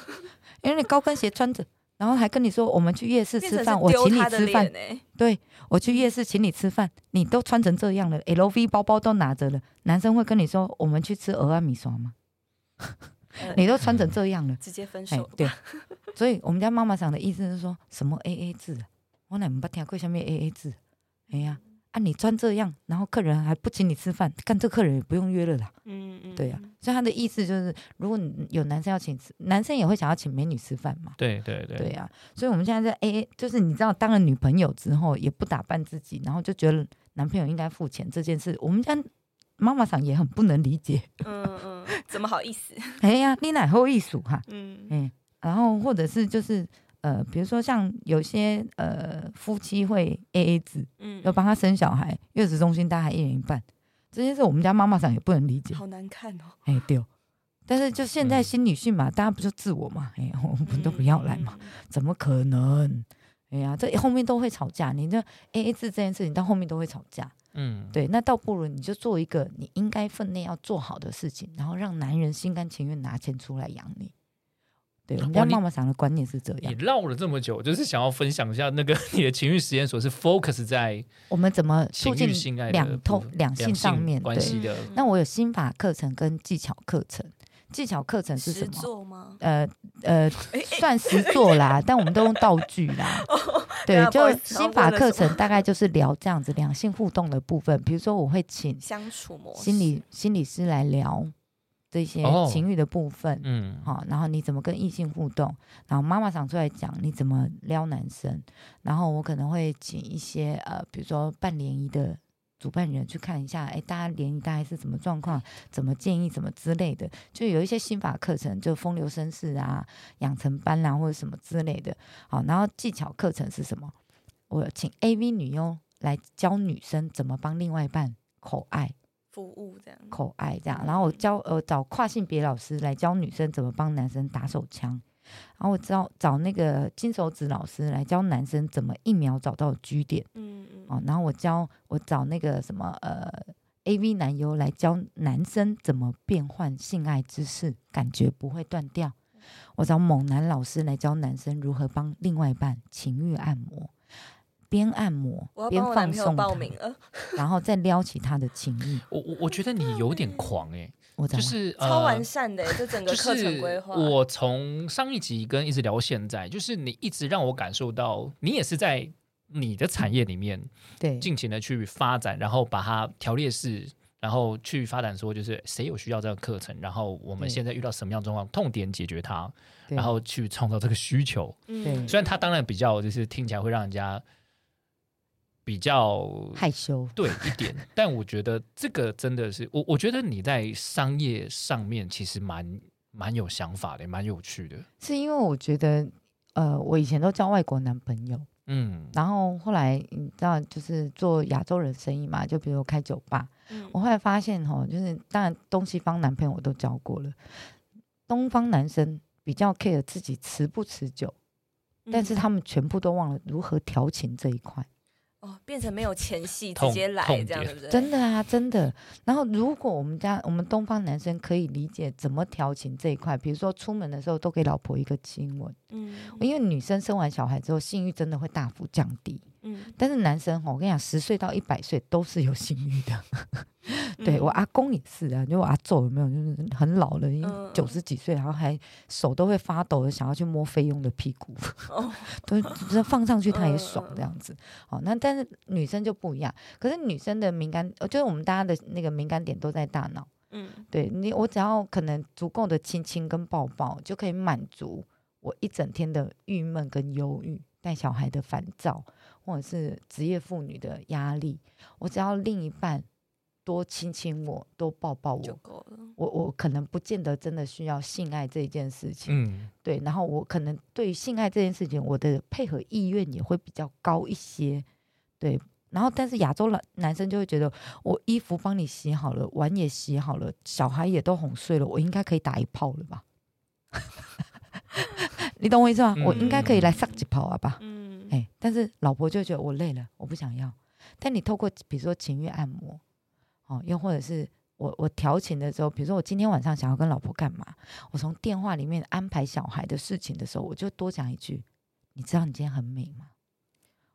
Speaker 1: 因为你高跟鞋穿着，然后还跟你说我们去夜市
Speaker 2: 变
Speaker 1: 吃
Speaker 2: 成
Speaker 1: 饭，
Speaker 2: 是
Speaker 1: 我
Speaker 2: 丢
Speaker 1: 请你
Speaker 2: 他的
Speaker 1: 吃饭
Speaker 2: 脸，欸
Speaker 1: 对我去夜市请你吃饭，你都穿成这样了，LV 包包都拿着了，男生会跟你说我们去吃鹅啊米刷吗？
Speaker 2: 呃
Speaker 1: 你都穿成这样了，
Speaker 2: 直接分
Speaker 1: 哎
Speaker 2: 手，， <laughs>
Speaker 1: 对，所以我们家妈妈桑的意思是说什么 A A 制、啊，我哪没捌听过下面 A A 制，哎呀、啊，你穿这样，然后客人还不请你吃饭，干这客人也不用约了啦，
Speaker 2: 嗯嗯，
Speaker 1: 对呀、啊
Speaker 2: 嗯
Speaker 1: 所以他的意思就是，如果你有男生要请吃，男生也会想要请美女吃饭嘛，
Speaker 3: 对对对，
Speaker 1: 对呀、所以我们现在在 A A，就是你知道，当了女朋友之后也不打扮自己，然后就觉得男朋友应该付钱这件事，我们家妈妈桑也很不能理解， <laughs>
Speaker 2: 嗯嗯，怎么好意思？
Speaker 1: 哎呀、你哪好意思哈、
Speaker 2: 嗯，
Speaker 1: 嗯，然后或者是就是呃，比如说像有些呃夫妻会 A A 制，
Speaker 2: 嗯
Speaker 1: 要帮他生小孩，月子中心大家一人一半，这件事我们家妈妈上也不能理解，
Speaker 2: 好难看哦，
Speaker 1: 哎对哦。但是就现在
Speaker 3: 嗯
Speaker 1: 新女性嘛，大家不就自我嘛，哎， <laughs> 我们都不要来嘛，
Speaker 2: 嗯，
Speaker 1: 怎么可能？哎呀，这后面都会吵架，你这 A A 制这件事情到后面都会吵架，
Speaker 3: 嗯，
Speaker 1: 对，那倒不如你就做一个你应该分内要做好的事情，然后让男人心甘情愿拿钱出来养你。对，我们
Speaker 3: 哇
Speaker 1: 家
Speaker 3: 你
Speaker 1: 妈妈想的观念是这
Speaker 3: 你
Speaker 1: 样。
Speaker 3: 绕了这么久，就是想要分享一下那个 <laughs> 你的情欲实验所是 focus 在
Speaker 1: 我们怎么
Speaker 3: 情
Speaker 1: 促
Speaker 3: 欲
Speaker 1: 进
Speaker 3: 性爱的
Speaker 1: 两
Speaker 3: 部
Speaker 1: 透
Speaker 3: 分
Speaker 1: 两
Speaker 3: 两
Speaker 1: 性上面？
Speaker 3: 关
Speaker 1: 对，
Speaker 3: 系的
Speaker 2: 嗯
Speaker 1: 那我有心法课程跟技巧课程，技巧课程是
Speaker 2: 实
Speaker 1: 什么？
Speaker 2: 做吗？
Speaker 1: 呃
Speaker 2: 哎
Speaker 1: 呃，算实作
Speaker 2: <laughs>
Speaker 1: 啦，但我们都用道具啦。对
Speaker 2: 对啊，不好
Speaker 1: 就
Speaker 2: 意思
Speaker 1: 心法课
Speaker 2: 我问了什
Speaker 1: 程大概就是聊这样子两性互动的部分，比如说我会请
Speaker 2: 相处模式，
Speaker 1: 心理心理师来聊这些
Speaker 3: 哦
Speaker 1: 情欲的部分。
Speaker 3: 嗯，
Speaker 1: 好，然后你怎么跟异性互动？然后妈妈想出来讲你怎么撩男生，然后我可能会请一些呃，比如说办联谊的主办人去看一下，哎，大家联谊大概是什么状况，怎么建议，怎么之类的，就有一些心法课程，就风流绅士啊、养成班啦、或者什么之类的。好，然后技巧课程是什么？我请 AV 女优来教女生怎么帮另外一半口爱。
Speaker 2: 服务这样，
Speaker 1: 口爱这样，然后我教呃找跨性别老师来教女生怎么帮男生打手枪，然后我找找那个金手指老师来教男生怎么一秒找到居点
Speaker 2: 嗯嗯
Speaker 1: 哦，然后我教我找那个什么呃 A V 男优来教男生怎么变换性爱姿势，感觉不会断掉。我找猛男老师来教男生如何帮另外一半情欲按摩，边按摩
Speaker 2: 我要
Speaker 1: 边
Speaker 2: 帮我男
Speaker 1: 放
Speaker 2: 朋友
Speaker 1: 松
Speaker 2: 报
Speaker 1: 他，
Speaker 2: 名了，
Speaker 1: 然后再撩起他的情欲。
Speaker 3: 我我我觉得你有点狂哎、
Speaker 1: 我嗯怎
Speaker 3: 就
Speaker 1: 么
Speaker 3: 是
Speaker 2: 超
Speaker 3: 呃
Speaker 2: 完善的耶，欸这整
Speaker 3: 就
Speaker 2: 个课程
Speaker 3: 是
Speaker 2: 规划。
Speaker 3: 我从上一集跟一直聊到现在，就是你一直让我感受到，你也是在你的产业里面
Speaker 1: 对
Speaker 3: 尽情的去发展，然后把它条列式，然后去发展说，就是谁有需要这个课程，然后我
Speaker 1: 对
Speaker 3: 们现在遇到什么样的状况，痛点解决它，
Speaker 1: 对
Speaker 3: 然后去创造这个需求。
Speaker 1: 对
Speaker 2: 嗯，
Speaker 3: 虽然它当然比较就是听起来会让人家比较
Speaker 1: 害羞？
Speaker 3: 对一点，但我觉得这个真的是我，我觉得你在商业上面其实蛮蛮有想法的，蛮有趣的。
Speaker 1: 是因为我觉得呃，我以前都交外国男朋友。
Speaker 3: 嗯，
Speaker 1: 然后后来你知道，就是做亚洲人生意嘛，就比如开酒吧，
Speaker 2: 嗯
Speaker 1: 我后来发现哈，就是当然东西方男朋友我都交过了，东方男生比较 care 自己持不持久，但
Speaker 2: 嗯
Speaker 1: 是他们全部都忘了如何调情这一块。
Speaker 2: 哦，变成没有前戏，直
Speaker 3: 痛
Speaker 2: 接来
Speaker 3: 痛
Speaker 2: 这样，
Speaker 3: 点
Speaker 2: 对不对？
Speaker 1: 真的啊，真的。然后如果我们家我们东方男生可以理解怎么调情这一块，比如说出门的时候都给老婆一个亲吻，
Speaker 2: 嗯，嗯
Speaker 1: 因为女生生完小孩之后性欲真的会大幅降低。
Speaker 2: 嗯，
Speaker 1: 但是男生吼，我跟你讲，十岁到一百岁都是有性欲的。对
Speaker 2: 嗯
Speaker 1: 我阿公也是啊，就我阿祖有没有，就是很老了，已
Speaker 2: 嗯
Speaker 1: 经
Speaker 2: 嗯
Speaker 1: 九十几岁，然后还手都会发抖的，想要去摸菲佣的屁股，
Speaker 2: 哦
Speaker 1: <laughs> 都就是放上去他也爽
Speaker 2: 嗯嗯嗯
Speaker 1: 这样子。哦，那但是女生就不一样，可是女生的敏感，呃就是我们大家的那个敏感点都在大脑。
Speaker 2: 嗯
Speaker 1: 对你，我只要可能足够的亲亲跟抱抱，就可以满足我一整天的郁闷跟忧郁，带小孩的烦躁，或者是职业妇女的压力。我只要另一半多亲亲我，多抱抱
Speaker 2: 就
Speaker 1: 我，
Speaker 2: 够了。
Speaker 1: 我我可能不见得真的需要性爱这一件事情，
Speaker 3: 嗯，
Speaker 1: 对。然后我可能对于性爱这件事情，我的配合意愿也会比较高一些，对。然后，但是亚洲男男生就会觉得，我衣服帮你洗好了，碗也洗好了，小孩也都哄睡了，我应该可以打一炮了吧？ <laughs> 你懂我意思吗？我应该可以来上几炮啊吧？
Speaker 2: 嗯，
Speaker 1: 哎、但是老婆就觉得我累了，我不想要。但你透过比如说情欲按摩，哦，又或者是我我调情的时候，比如说我今天晚上想要跟老婆干嘛，我从电话里面安排小孩的事情的时候，我就多讲一句：你知道你今天很美吗？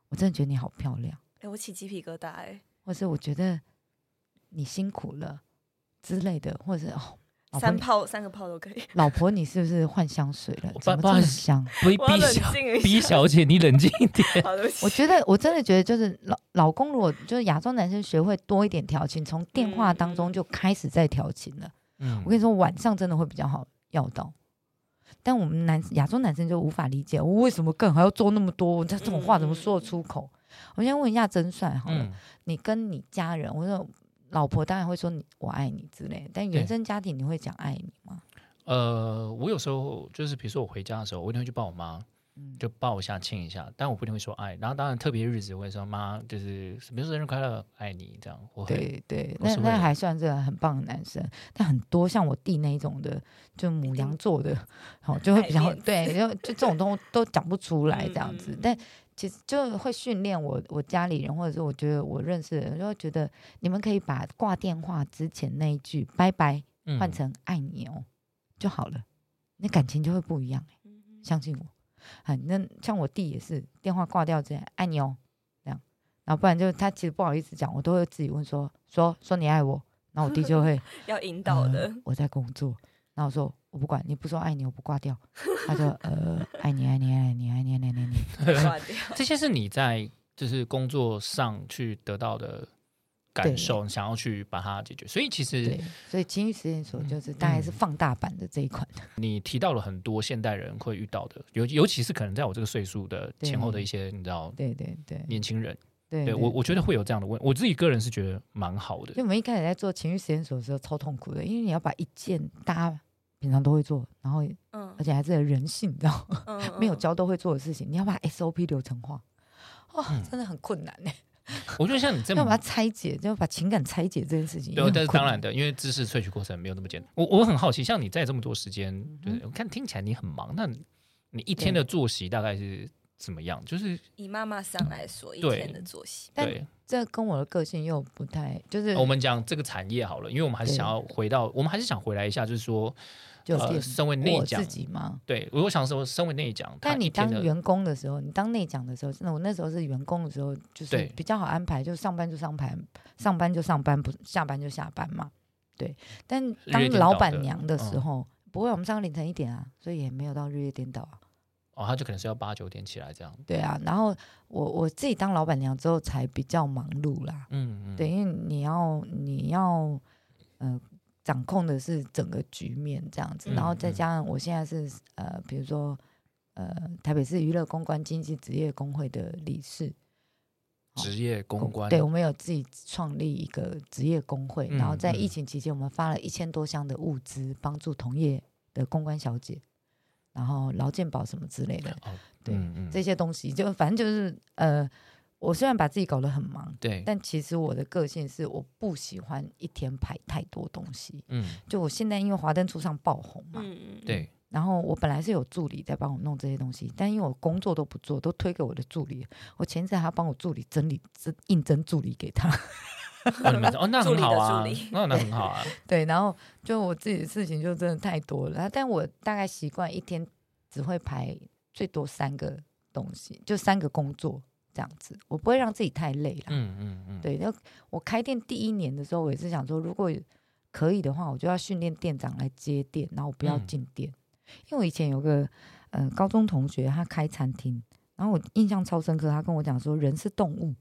Speaker 1: 我真的觉得你好漂亮，
Speaker 2: 哎，我起鸡皮疙瘩，哎，
Speaker 1: 或是我觉得你辛苦了之类的，或者是哦，老婆
Speaker 2: 三
Speaker 1: 你
Speaker 2: 炮三个炮都可以。
Speaker 1: 老婆你是不是换香水了
Speaker 3: 我？
Speaker 1: 怎么
Speaker 3: 不
Speaker 1: 这
Speaker 3: 好
Speaker 1: 么
Speaker 3: 意思
Speaker 1: 香？啊
Speaker 3: 逼
Speaker 2: 我要
Speaker 3: 逼
Speaker 2: 冷
Speaker 3: 小
Speaker 2: 静一
Speaker 3: 逼小姐，你冷静一点。
Speaker 2: 下，好，对不起
Speaker 1: 我觉得我真的觉得，就是老老公如果就是亚洲男生学会多一点调情，从电话当中就开始在调情了。
Speaker 3: 嗯
Speaker 1: 我跟你说，晚上真的会比较好要到。但我们男亚洲男生就无法理解，我为什么更还要做那么多？这这种话怎么说得出口？我先问一下真帅好了，
Speaker 3: 嗯，
Speaker 1: 你跟你家人，我说老婆当然会说你我爱你之类的，但原
Speaker 3: 对
Speaker 1: 生家庭你会讲爱你吗？
Speaker 3: 呃，我有时候就是比如说我回家的时候，我一定会去抱我妈，
Speaker 1: 嗯，
Speaker 3: 就抱一下亲一下，但我不一定会说哎爱。然后当然特别日子我会说妈，就是比如说生日快乐，爱你这样。我会
Speaker 1: 对对，
Speaker 3: 我
Speaker 1: 那
Speaker 3: 是会
Speaker 1: 那还算是很棒的男生，但很多像我弟那一种的，就母羊座的，好、就会比
Speaker 2: 爱
Speaker 1: 较
Speaker 2: 面子 <laughs>
Speaker 1: 对，就就这种东西都讲不出来这样子
Speaker 2: 嗯嗯。
Speaker 1: 但其实就会训练我，我家里人或者是我觉得我认识的人，就会觉得你们可以把挂电话之前那一句“拜拜”
Speaker 3: 嗯
Speaker 1: 换成“爱你哦”就好了，那感情就会不一样、欸
Speaker 2: 嗯
Speaker 1: 相信我。啊，那像我弟也是电话挂掉之前，爱你哦，这样，然后不然就他其实不好意思讲，我都会自己问说说说你爱我，然后我弟就会
Speaker 2: 要引导的
Speaker 1: 呃，我在工作，然后我说我不管，你不说爱你，我不挂掉， <laughs> 他就呃爱你爱你爱你爱你爱你爱你爱
Speaker 3: <laughs>
Speaker 1: 你，
Speaker 2: 挂掉。
Speaker 3: 这些是你在就是工作上去得到的感
Speaker 1: 对
Speaker 3: 受，你想要去把它解决。所以其实
Speaker 1: 对，所以情欲实验所就是大概是
Speaker 3: 嗯
Speaker 1: 放大版的这一款，
Speaker 3: 你提到了很多现代人会遇到的，尤尤其是可能在我这个岁数的
Speaker 1: 对
Speaker 3: 前后的一些，你知道
Speaker 1: 对对对
Speaker 3: 年轻人，
Speaker 1: 对
Speaker 3: 对我我觉得会有这样的问，我自己个人是觉得蛮好的
Speaker 1: 就。我们一开始在做情欲实验所的时候超痛苦的，因为你要把一件大家平常都会做，然后
Speaker 2: 嗯
Speaker 1: 而且还是很人性，你知道吗？
Speaker 2: 嗯，
Speaker 1: 没有
Speaker 2: 嗯
Speaker 1: 教都会做的事情，你要把 SOP 流程化，哦，
Speaker 3: 嗯
Speaker 1: 真的很困难呢、
Speaker 3: 我觉得像你这
Speaker 1: 要
Speaker 3: 么
Speaker 1: 把它拆解，就要把情感拆解这件事情。
Speaker 3: 对，但是当然
Speaker 1: 的，
Speaker 3: 的，因为知识萃取过程没有那么简单。我我很好奇，像你在这么多时间，
Speaker 1: 嗯
Speaker 3: 对，我看听起来你很忙，那你一天的作息大概是怎么样？就是
Speaker 2: 以妈妈上来说，一
Speaker 3: 对
Speaker 2: 天的作息，
Speaker 1: 但
Speaker 3: 对，
Speaker 1: 这跟我的个性又不太，就是
Speaker 3: 我们讲这个产业好了，因为我们还是
Speaker 1: 对
Speaker 3: 想要回到，我们还是想回来一下，就是说，
Speaker 1: 酒
Speaker 3: 呃，
Speaker 1: 店
Speaker 3: 身为内
Speaker 1: 我
Speaker 3: 讲
Speaker 1: 自，己嘛。
Speaker 3: 对，我想说，身为内讲，他
Speaker 1: 但你
Speaker 3: 一天
Speaker 1: 当
Speaker 3: 的
Speaker 1: 员工的时候，你当内讲的时候，真的，我那时候是员工的时候，就是
Speaker 3: 对
Speaker 1: 比较好安排，就上班就上班，上班就上班，不下班就下班嘛。对，但
Speaker 3: 日
Speaker 1: 当
Speaker 3: 夜颠
Speaker 1: 老
Speaker 3: 倒的
Speaker 1: 板娘的时
Speaker 3: 嗯
Speaker 1: 候，不会，我们上到凌晨一点啊，所以也没有到日夜颠倒啊。
Speaker 3: 哦，他就可能是要八九点起来这样，
Speaker 1: 对啊，然后我我自己当老板娘之后才比较忙碌啦。
Speaker 3: 嗯嗯，
Speaker 1: 对，，因为你要你要呃掌控的是整个局面这样子，然后
Speaker 3: 嗯
Speaker 1: 再
Speaker 3: 嗯
Speaker 1: 加上我现在是呃，比如说呃，台北市娱乐公关经济职业工会的理事，
Speaker 3: 职业公关，
Speaker 1: 对我们有自己创立一个职业工会，然后
Speaker 3: 嗯
Speaker 1: 在疫
Speaker 3: 嗯
Speaker 1: 情期间，我们发了一千多箱的物资，帮助同业的公关小姐，然后劳健保什么之类的
Speaker 3: 哦，
Speaker 1: 对
Speaker 3: 嗯嗯，
Speaker 1: 这些东西，就反正就是呃，我虽然把自己搞得很忙。
Speaker 3: 对，
Speaker 1: 但其实我的个性是，我不喜欢一天排太多东西。
Speaker 3: 嗯
Speaker 1: 就我现在因为华灯初上爆红嘛，
Speaker 2: 嗯，嗯，
Speaker 1: <laughs>
Speaker 3: 对，
Speaker 1: 然后我本来是有助理在帮我弄这些东西，但因为我工作都不做，都推给我的助理。我前一阵还要帮我助理整理真应征助理给他， <laughs>
Speaker 3: 哦，你们哦，那
Speaker 2: 助
Speaker 3: 很
Speaker 2: 理
Speaker 3: 好
Speaker 2: 的
Speaker 3: 啊
Speaker 2: 助理，
Speaker 3: 那那很好啊，
Speaker 1: 对，然后就我自己的事情就真的太多了，但我大概习惯一天只会排最多三个东西，就三个工作这样子，我不会让自己太累啦。
Speaker 3: 嗯嗯
Speaker 1: <laughs>
Speaker 3: 嗯，
Speaker 1: 对，那我开店第一年的时候，我也是想说，如果可以的话，我就要训练店长来接店，然后我不要
Speaker 3: 嗯
Speaker 1: 进店，因为我以前有个呃高中同学，他开餐厅，然后我印象超深刻，他跟我讲说，人是动物，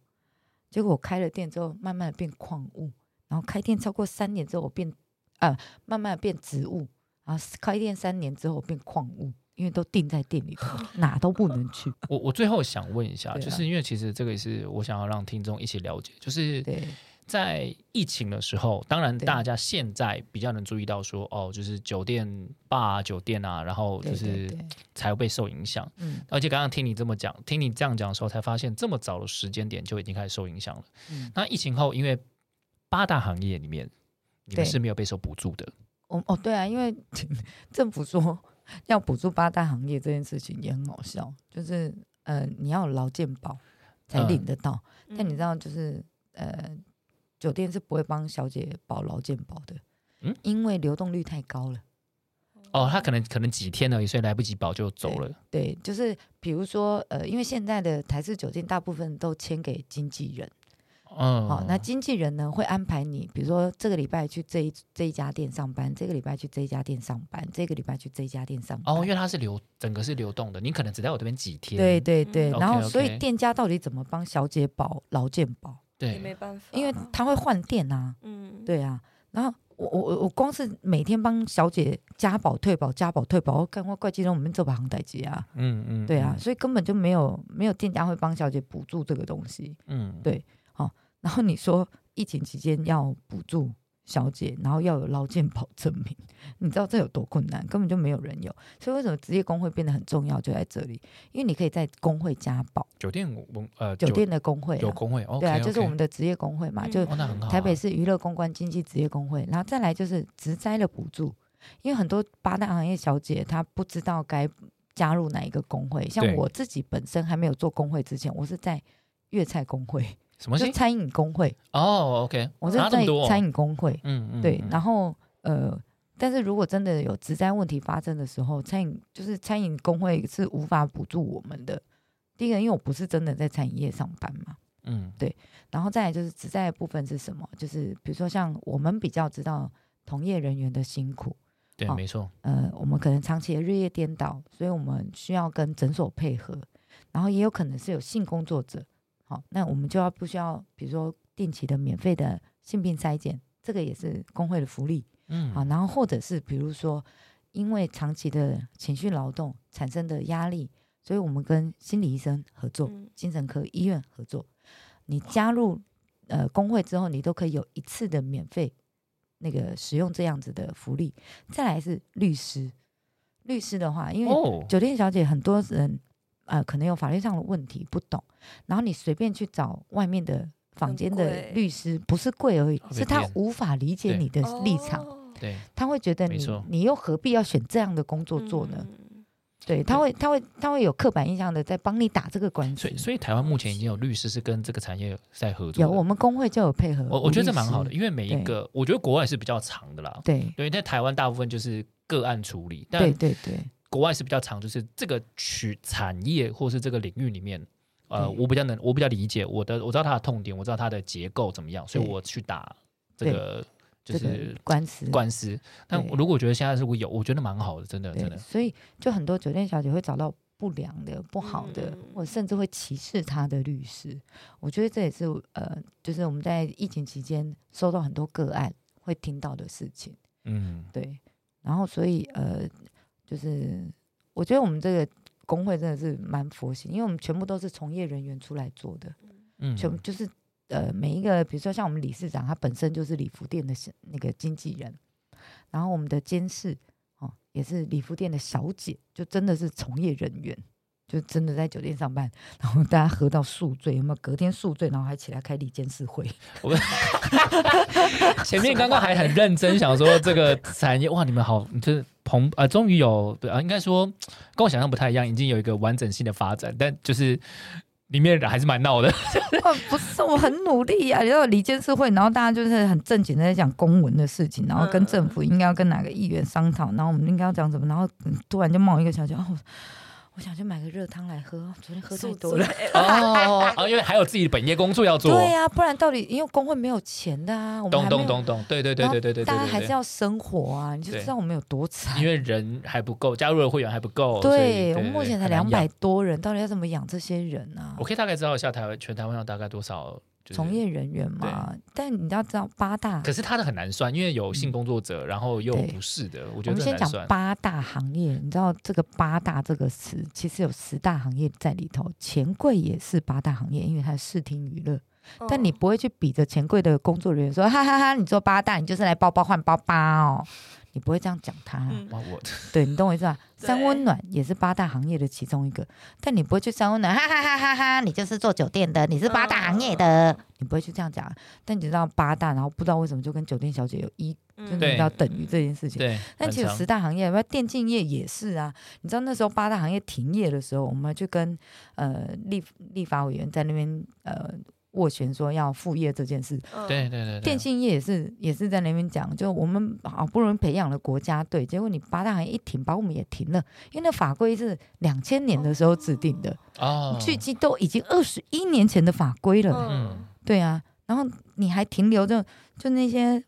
Speaker 1: 结果我开了店之后，慢慢的变矿物，然后开店超过三年之后，我变呃慢慢的变植物，然后开店三年之后我变矿物。因为都定在店里
Speaker 3: <laughs>
Speaker 1: 头，哪都不能去。
Speaker 3: 我我最后想问一下，
Speaker 1: 对啊
Speaker 3: 就是因为其实这个也是我想要让听众一起了解，就是
Speaker 1: 对，
Speaker 3: 在疫情的时候，当然
Speaker 1: 对
Speaker 3: 大家现在比较能注意到说，哦，就是酒店、吧、酒店啊，然后
Speaker 1: 对
Speaker 3: 就
Speaker 1: 对
Speaker 3: 是
Speaker 1: 对，
Speaker 3: 才会被受影响。
Speaker 1: 嗯
Speaker 3: 而且刚刚听你这么讲，听你这样讲的时候，才发现这么早的时间点就已经开始受影响了。
Speaker 1: 嗯，
Speaker 3: 那疫情后，因为八大行业里面，你们
Speaker 1: 对
Speaker 3: 是没有被受补助的，
Speaker 1: 哦哦，对啊，因
Speaker 3: <laughs>
Speaker 1: 为政府说 <laughs> 要补助八大行业这件事情也很好笑，就是呃，你要有劳健保才
Speaker 3: 嗯
Speaker 1: 领得到，但你知道
Speaker 2: 道，
Speaker 1: 就是呃，酒店是不会帮小姐保劳健保的，
Speaker 3: 嗯
Speaker 1: 因为流动率太高了。
Speaker 3: 哦，他可能可能几天而已，所以来不及保就走了。
Speaker 1: 对，就是比如说，呃，因为现在的台式酒店大部分都签给经纪人，
Speaker 3: 嗯，
Speaker 1: 好、那经纪人呢会安排你，比如说这个礼拜去这一这一家店上班，这个礼拜去这一家店上班，这个礼拜去这一家店上班。
Speaker 3: 哦，因为它是流，整个是流动的，你可能只在我这边几天。
Speaker 1: 对对对，
Speaker 2: 嗯
Speaker 1: 然后
Speaker 3: OK，OK
Speaker 1: 所以店家到底怎么帮小姐保劳健保？
Speaker 2: 也
Speaker 3: 对
Speaker 2: 没办法，
Speaker 1: 因为他会换店啊，
Speaker 2: 嗯，
Speaker 1: 对啊。然后我我我我光是每天帮小姐加保退保加保退保，我干我怪技能我们这把行代机啊，
Speaker 3: 嗯嗯，
Speaker 1: 对啊，，所以根本就没有没有店家会帮小姐补助这个东西。
Speaker 3: 嗯，
Speaker 1: 对然后你说疫情期间要补助小姐，然后要有劳健保证明，你知道这有多困难，根本就没有人有。所以为什么职业工会变得很重要，就在这里，因为你可以在工会加保，
Speaker 3: 酒店文呃
Speaker 1: 酒店的工会、
Speaker 3: 有
Speaker 1: 啊。
Speaker 3: 工会，
Speaker 1: 对
Speaker 3: OK，
Speaker 1: 啊，就是我
Speaker 3: OK
Speaker 1: 们的职业工会嘛，
Speaker 2: 嗯
Speaker 1: 就
Speaker 3: 哦，那很好啊，
Speaker 1: 台北市娱乐公关经济职业工会，然后再来就是职灾的补助，因为很多八大行业小姐她不知道该加入哪一个工会，像
Speaker 3: 对
Speaker 1: 我自己本身还没有做工会之前，我是在粤菜工会，
Speaker 3: 什么
Speaker 1: 就
Speaker 3: 星？
Speaker 1: 餐饮工会，
Speaker 3: 哦，OK，
Speaker 1: 我是
Speaker 3: 哦差这
Speaker 1: 在
Speaker 3: 么多哦，
Speaker 1: 餐饮工会，
Speaker 3: 嗯嗯，
Speaker 1: 对
Speaker 3: 嗯，
Speaker 1: 然后呃，但是如果真的有职灾问题发生的时候，餐饮就是餐饮工会是无法补助我们的。第一个，因为我不是真的在餐饮业上班嘛，
Speaker 3: 嗯
Speaker 1: 然后再来就是职在的部分是什么？就是比如说像我们比较知道同业人员的辛苦，
Speaker 3: 对，
Speaker 1: 好
Speaker 3: 没错，
Speaker 1: 呃，我们可能长期的日夜颠倒，所以我们需要跟诊所配合，然后也有可能是有性工作者，好、那我们就要不需要，比如说定期的免费的性病筛检，这个也是工会的福利，
Speaker 3: 嗯，
Speaker 1: 好，然后或者是比如说，因为长期的情绪劳动产生的压力，所以我们跟心理医生合作，
Speaker 2: 嗯
Speaker 1: 精神科医院合作。你加入呃工会之后，你都可以有一次的免费那个使用这样子的福利。再来是律师，律师的话，因为
Speaker 3: 哦，
Speaker 1: 酒店小姐很多人呃可能有法律上的问题不懂，然后你随便去找外面的房
Speaker 2: 很
Speaker 1: 间的
Speaker 2: 贵
Speaker 1: 律师，不是贵而已，
Speaker 3: 会
Speaker 1: 是
Speaker 3: 被
Speaker 1: 他
Speaker 3: 骗
Speaker 1: 无法理解
Speaker 3: 对
Speaker 1: 你的立场。
Speaker 2: 哦
Speaker 3: 对，
Speaker 1: 他会觉得
Speaker 3: 没
Speaker 1: 你
Speaker 3: 错
Speaker 1: 你又何必要选这样的工作做呢？
Speaker 2: 嗯
Speaker 1: 对，他会他会他会有刻板印象的在帮你打这个官司
Speaker 3: 所以，。所以台湾目前已经有律师是跟这个产业在合作
Speaker 1: 有
Speaker 3: 的。
Speaker 1: 我们工会就有配合，
Speaker 3: 我我觉得这蛮好的，。因为每一
Speaker 1: 对
Speaker 3: 个我觉得国外是比较长的啦，
Speaker 1: 对
Speaker 3: 对，在台湾大部分就是个案处理，但
Speaker 1: 对对对，
Speaker 3: 国外是比较长，就是这个区产业或是这个领域里面，呃，
Speaker 1: 对
Speaker 3: 我比较能，我比较理解我的，我知道它的痛点，我知道它的结构怎么样，所以
Speaker 1: 对
Speaker 3: 我去打这个就
Speaker 1: 这个嗯
Speaker 3: 是
Speaker 1: 官司
Speaker 3: 官司。但我如果觉得现在如果有，我觉得蛮好的，真的真
Speaker 1: 对，
Speaker 3: 的。
Speaker 1: 所以就很多酒店小姐会找到不良的、不好的
Speaker 2: 嗯，
Speaker 1: 或甚至会歧视她的律师。我觉得这也是呃，就是我们在疫情期间收到很多个案会听到的事情。
Speaker 3: 嗯，
Speaker 1: 对，然后所以呃，就是我觉得我们这个工会真的是蛮佛系，因为我们全部都是从业人员出来做的，
Speaker 3: 嗯
Speaker 1: 全部就是呃每一个，比如说像我们理事长，他本身就是礼服店的是那个经纪人，然后我们的监事哦也是礼服店的小姐，就真的是从业人员。就真的在酒店上班，然后大家喝到宿醉，有没有？隔天宿醉，然后还起来开理监事会，
Speaker 3: <laughs> 前面刚刚还很认真，想说这个产业哇，你们好，就是蓬呃，终于有对啊、应该说跟我想象不太一样，已经有一个完整性的发展，但就是里面还是蛮闹的。
Speaker 1: 哦，不是，我很努力呀、啊，然后离监事会，然后大家就是很正经的在讲公文的事情，然后跟政府应该要跟哪个议员商讨，然后我们应该要讲什么，然后嗯突然就冒一个想法，哦，我想去买个热汤来喝，昨天喝太
Speaker 2: 宿
Speaker 1: 多
Speaker 2: 醉
Speaker 1: 了。
Speaker 3: 哦，
Speaker 1: <laughs>
Speaker 3: 哦因为还有自己的本业工作要做。
Speaker 1: 对呀、不然到底因为工会没有钱的啊，我们
Speaker 3: 懂
Speaker 1: 还没
Speaker 3: 懂
Speaker 1: 有，
Speaker 3: 懂懂，对对对对对对对
Speaker 1: 大家
Speaker 3: 对
Speaker 1: 还是
Speaker 3: 对，
Speaker 1: 要生活啊，你就
Speaker 3: 对
Speaker 1: 知道我们有多惨
Speaker 3: 因。为人还不够，加入的会员还不够。所以
Speaker 1: 对我们目前才
Speaker 3: 很难
Speaker 1: 两
Speaker 3: 养
Speaker 1: 百多人，到底要怎么养这些人啊
Speaker 3: 我？可以大概知道一下台湾全台湾有大概多少就是
Speaker 1: 从业人员嘛，但你要知道八大
Speaker 3: 可是他的很难算，因为有性工作者，然后又有不是的，我
Speaker 1: <laughs> 我
Speaker 3: 觉得
Speaker 1: 们
Speaker 3: 这很
Speaker 1: 先
Speaker 3: 难
Speaker 1: 讲
Speaker 3: 算。
Speaker 1: 八大行业，你知道这个“八大”这个词，其实有十大行业在里头，钱柜也是八大行业，因为它是视听娱乐。
Speaker 2: 哦
Speaker 1: 但你不会去比着钱柜的工作人员说：“哈哈哈，你做八大，你就是来包包换包包哦。”你不会这样讲他啦，
Speaker 2: 嗯
Speaker 3: 哇，
Speaker 1: <laughs>
Speaker 3: 我
Speaker 1: 对你懂我意思吧？
Speaker 2: 对
Speaker 1: 三温暖也是八大行业的其中一个，但你不会去三温暖，哈哈哈哈哈，你就是做酒店的，你是八大行业
Speaker 2: 嗯
Speaker 1: 的，你不会去这样讲啊。但你知道八大，然后不知道为什么就跟酒店小姐有一，
Speaker 2: 嗯
Speaker 1: 就是
Speaker 3: 对
Speaker 1: 你知道等于这件事情。
Speaker 3: 对，
Speaker 1: 但其实
Speaker 3: 很
Speaker 1: 十大行业，那电竞业也是啊。你知道那时候八大行业停业的时候，我们就跟呃立立法委员在那边呃斡旋，说要复业这件事。
Speaker 3: 长对对啊对对，
Speaker 1: 电信业也是也是在那边讲，就我们好不容易培养了国家队，结果你八大行业一停，把我们也停了，因为那法规是两千年的时候制定的，
Speaker 3: 哦，
Speaker 1: 距今都已经二十一年前的法规了。
Speaker 3: 嗯
Speaker 2: 嗯，
Speaker 1: 对啊，然后你还停留着，就那些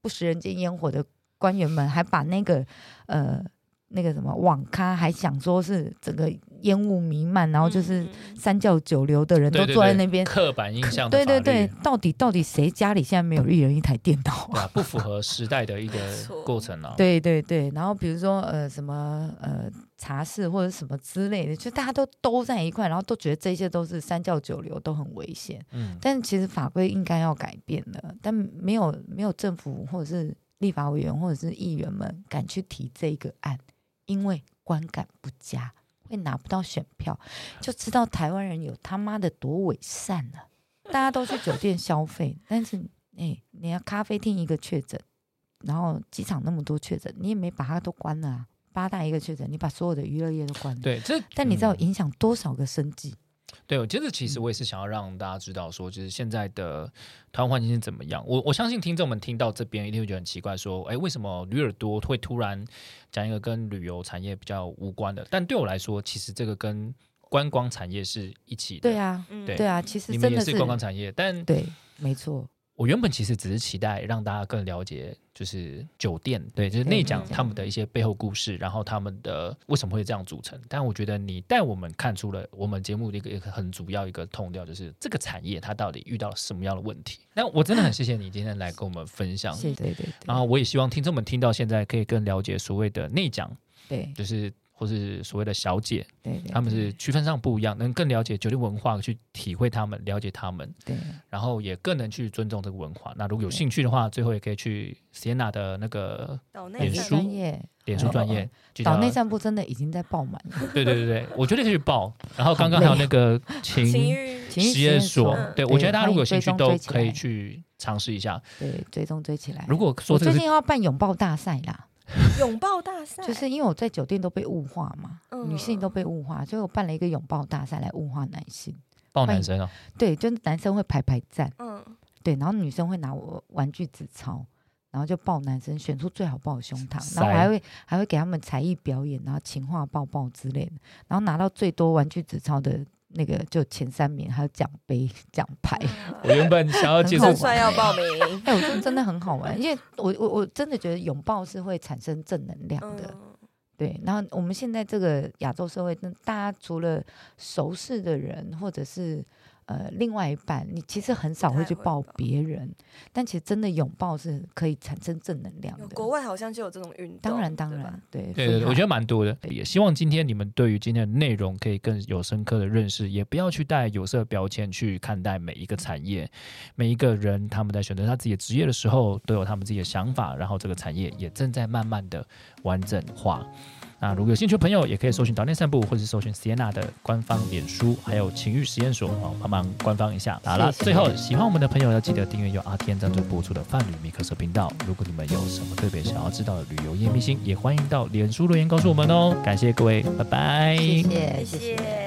Speaker 1: 不食人间烟火的官员们，还把那个呃那个什么网咖，还想说是整个烟雾弥漫，然后
Speaker 2: 嗯
Speaker 1: 就是三教九流的人
Speaker 3: 对
Speaker 1: 都
Speaker 3: 对
Speaker 1: 坐在
Speaker 3: 对
Speaker 1: 那边。
Speaker 3: 刻板印象的
Speaker 1: 对对
Speaker 3: 法律
Speaker 1: 对，到底到底谁家里现在没有一人一台电脑 <laughs> 啊？
Speaker 3: 对啊，不符合时代的一
Speaker 1: <laughs>
Speaker 2: 没
Speaker 3: 个
Speaker 2: 错
Speaker 3: 过程啊了。
Speaker 1: 对对对，然后比如说呃什么呃茶室或者什么之类的，就大家都都在一块，然后都觉得这些都是三教九流，都很危险。
Speaker 3: 嗯，
Speaker 1: 但其实法规应该要改变的，但没有没有政府或者是立法委员或者是议员们敢去提这个案，因为观感不佳，会拿不到选票，就知道台湾人有他妈的多伪善了。大家都去酒店消费，但是哎、你要咖啡厅一个确诊，然后机场那么多确诊，你也没把它都关了啊。八大一个确诊，你把所有的娱乐业都关了，
Speaker 3: 对，这
Speaker 1: 但你知道
Speaker 3: 嗯
Speaker 1: 影响多少个生计？
Speaker 3: 对，我觉得其实
Speaker 1: 嗯
Speaker 3: 我也是想要让大家知道说，就是现在的台湾环境是怎么样。我我相信听众们听到这边一定会觉得很奇怪，说，哎，为什么驴耳朵会突然讲一个跟旅游产业比较无关的？但对我来说，其实这个跟观光产业是一起的。
Speaker 1: 对，啊，
Speaker 2: 嗯
Speaker 3: 对
Speaker 1: 对啊， <laughs> 其实
Speaker 3: 你们
Speaker 1: 真
Speaker 3: 也
Speaker 1: 的
Speaker 3: 是观光产业，但
Speaker 1: 对，没错。
Speaker 3: 我原本其实只是期待让大家更了解，就是酒店，对，就是
Speaker 1: 对
Speaker 3: 内讲
Speaker 1: 内讲
Speaker 3: 他们的一些背后故事，然后他们的为什么会这样组成。但我觉得你带我们看出了我们节目的一个一个很主要一个痛调，就是这个产业它到底遇到了什么样的问题。那我真的很谢谢你今天来跟我们分享，
Speaker 1: 谢对对对，
Speaker 3: 然后我也希望听众们听到现在可以更了解所谓的内讲，
Speaker 1: 对
Speaker 3: 就是。或是所谓的小姐，
Speaker 1: 对对，
Speaker 3: 他们是
Speaker 1: 对
Speaker 3: 区分上不一样，能更了解酒店文化，去体会他们，了解他们。
Speaker 1: 对
Speaker 3: 然后也更能去尊重这个文化。那如果有兴趣的话，最后也可以去 Sienna 的那个
Speaker 2: 岛内
Speaker 3: 脸
Speaker 1: 岛内
Speaker 2: 散
Speaker 3: 书
Speaker 1: 专业
Speaker 3: 脸书专
Speaker 1: 哦
Speaker 3: 业，去
Speaker 1: 岛
Speaker 3: 找
Speaker 1: 内散步真的已经在爆满了，
Speaker 3: 对对对对，我觉得可以去报。然后刚刚还有那个
Speaker 2: 情
Speaker 3: 情
Speaker 2: 欲
Speaker 1: 情欲
Speaker 3: 实验所
Speaker 2: 嗯，
Speaker 3: 对
Speaker 1: 对
Speaker 3: 我觉得大家如果有兴趣
Speaker 1: 欢迎追
Speaker 3: 都
Speaker 1: 踪
Speaker 3: 可以
Speaker 1: 追起
Speaker 3: 去尝试一下。
Speaker 1: 对，追踪追起来。
Speaker 3: 如果说
Speaker 1: 我
Speaker 3: 这
Speaker 1: 最
Speaker 3: 个是
Speaker 1: 近要办拥抱大赛啦，
Speaker 2: 拥抱大赛，
Speaker 1: 就是因为我在酒店都被物化嘛，
Speaker 2: 嗯
Speaker 1: 女性都被物化，所以我办了一个拥抱大赛来物化男性。
Speaker 4: 抱男生哦，
Speaker 1: 对，就是男生会排排站，
Speaker 2: 嗯，
Speaker 1: 对，然后女生会拿我玩具纸钞，然后就抱男生，选出最好抱的胸膛，然后
Speaker 4: 塞
Speaker 1: 我还会还会给他们才艺表演，然后情话抱抱之类的，然后拿到最多玩具纸钞的那个就前三名，还有奖杯 <laughs> 奖牌。
Speaker 2: 嗯
Speaker 3: 我原本想要介
Speaker 1: 很好
Speaker 3: 绍
Speaker 2: 正
Speaker 1: 玩
Speaker 2: 帅要报名，
Speaker 1: 哎、我觉得真的很好
Speaker 2: <laughs>
Speaker 1: 玩，因为我我我真的觉得拥抱是会产生正能量的。
Speaker 2: 嗯，
Speaker 1: 对，然后我们现在这个亚洲社会，那大家除了熟识的人，或者是呃另外一半，你其实很少
Speaker 2: 不太
Speaker 1: 会去
Speaker 2: 会
Speaker 1: 抱
Speaker 2: 抱
Speaker 1: 别人，但其实真的拥抱是可以产生正能量
Speaker 2: 有
Speaker 1: 的。
Speaker 2: 国外好像就有这种运动，
Speaker 1: 当然，当
Speaker 2: 对吧
Speaker 1: 然，，对，
Speaker 3: 对
Speaker 1: 所
Speaker 3: 对
Speaker 1: 以
Speaker 3: 对，
Speaker 1: 好
Speaker 3: 我觉得蛮多的。也希望今天你们对于今天的内容可以更有深刻的认识，也不要去带有色标签去看待每一个产业，每一个人他们在选择他自己的职业的时候，都有他们自己的想法，然后这个产业也正在慢慢的完整化。那如果有兴趣的朋友，也可以搜寻岛内散步，或是搜寻 Sienna 的官方脸书，还有情欲实验所哦，帮忙官方一下。好了，
Speaker 1: 谢谢
Speaker 3: 最后喜欢我们的朋友要记得订阅由阿天赞助播出的泛旅米克社频道。如果你们有什么特别想要知道的旅游业秘辛，也欢迎到脸书留言告诉我们哦。感谢各位，拜拜。
Speaker 1: 谢谢，
Speaker 2: 谢谢。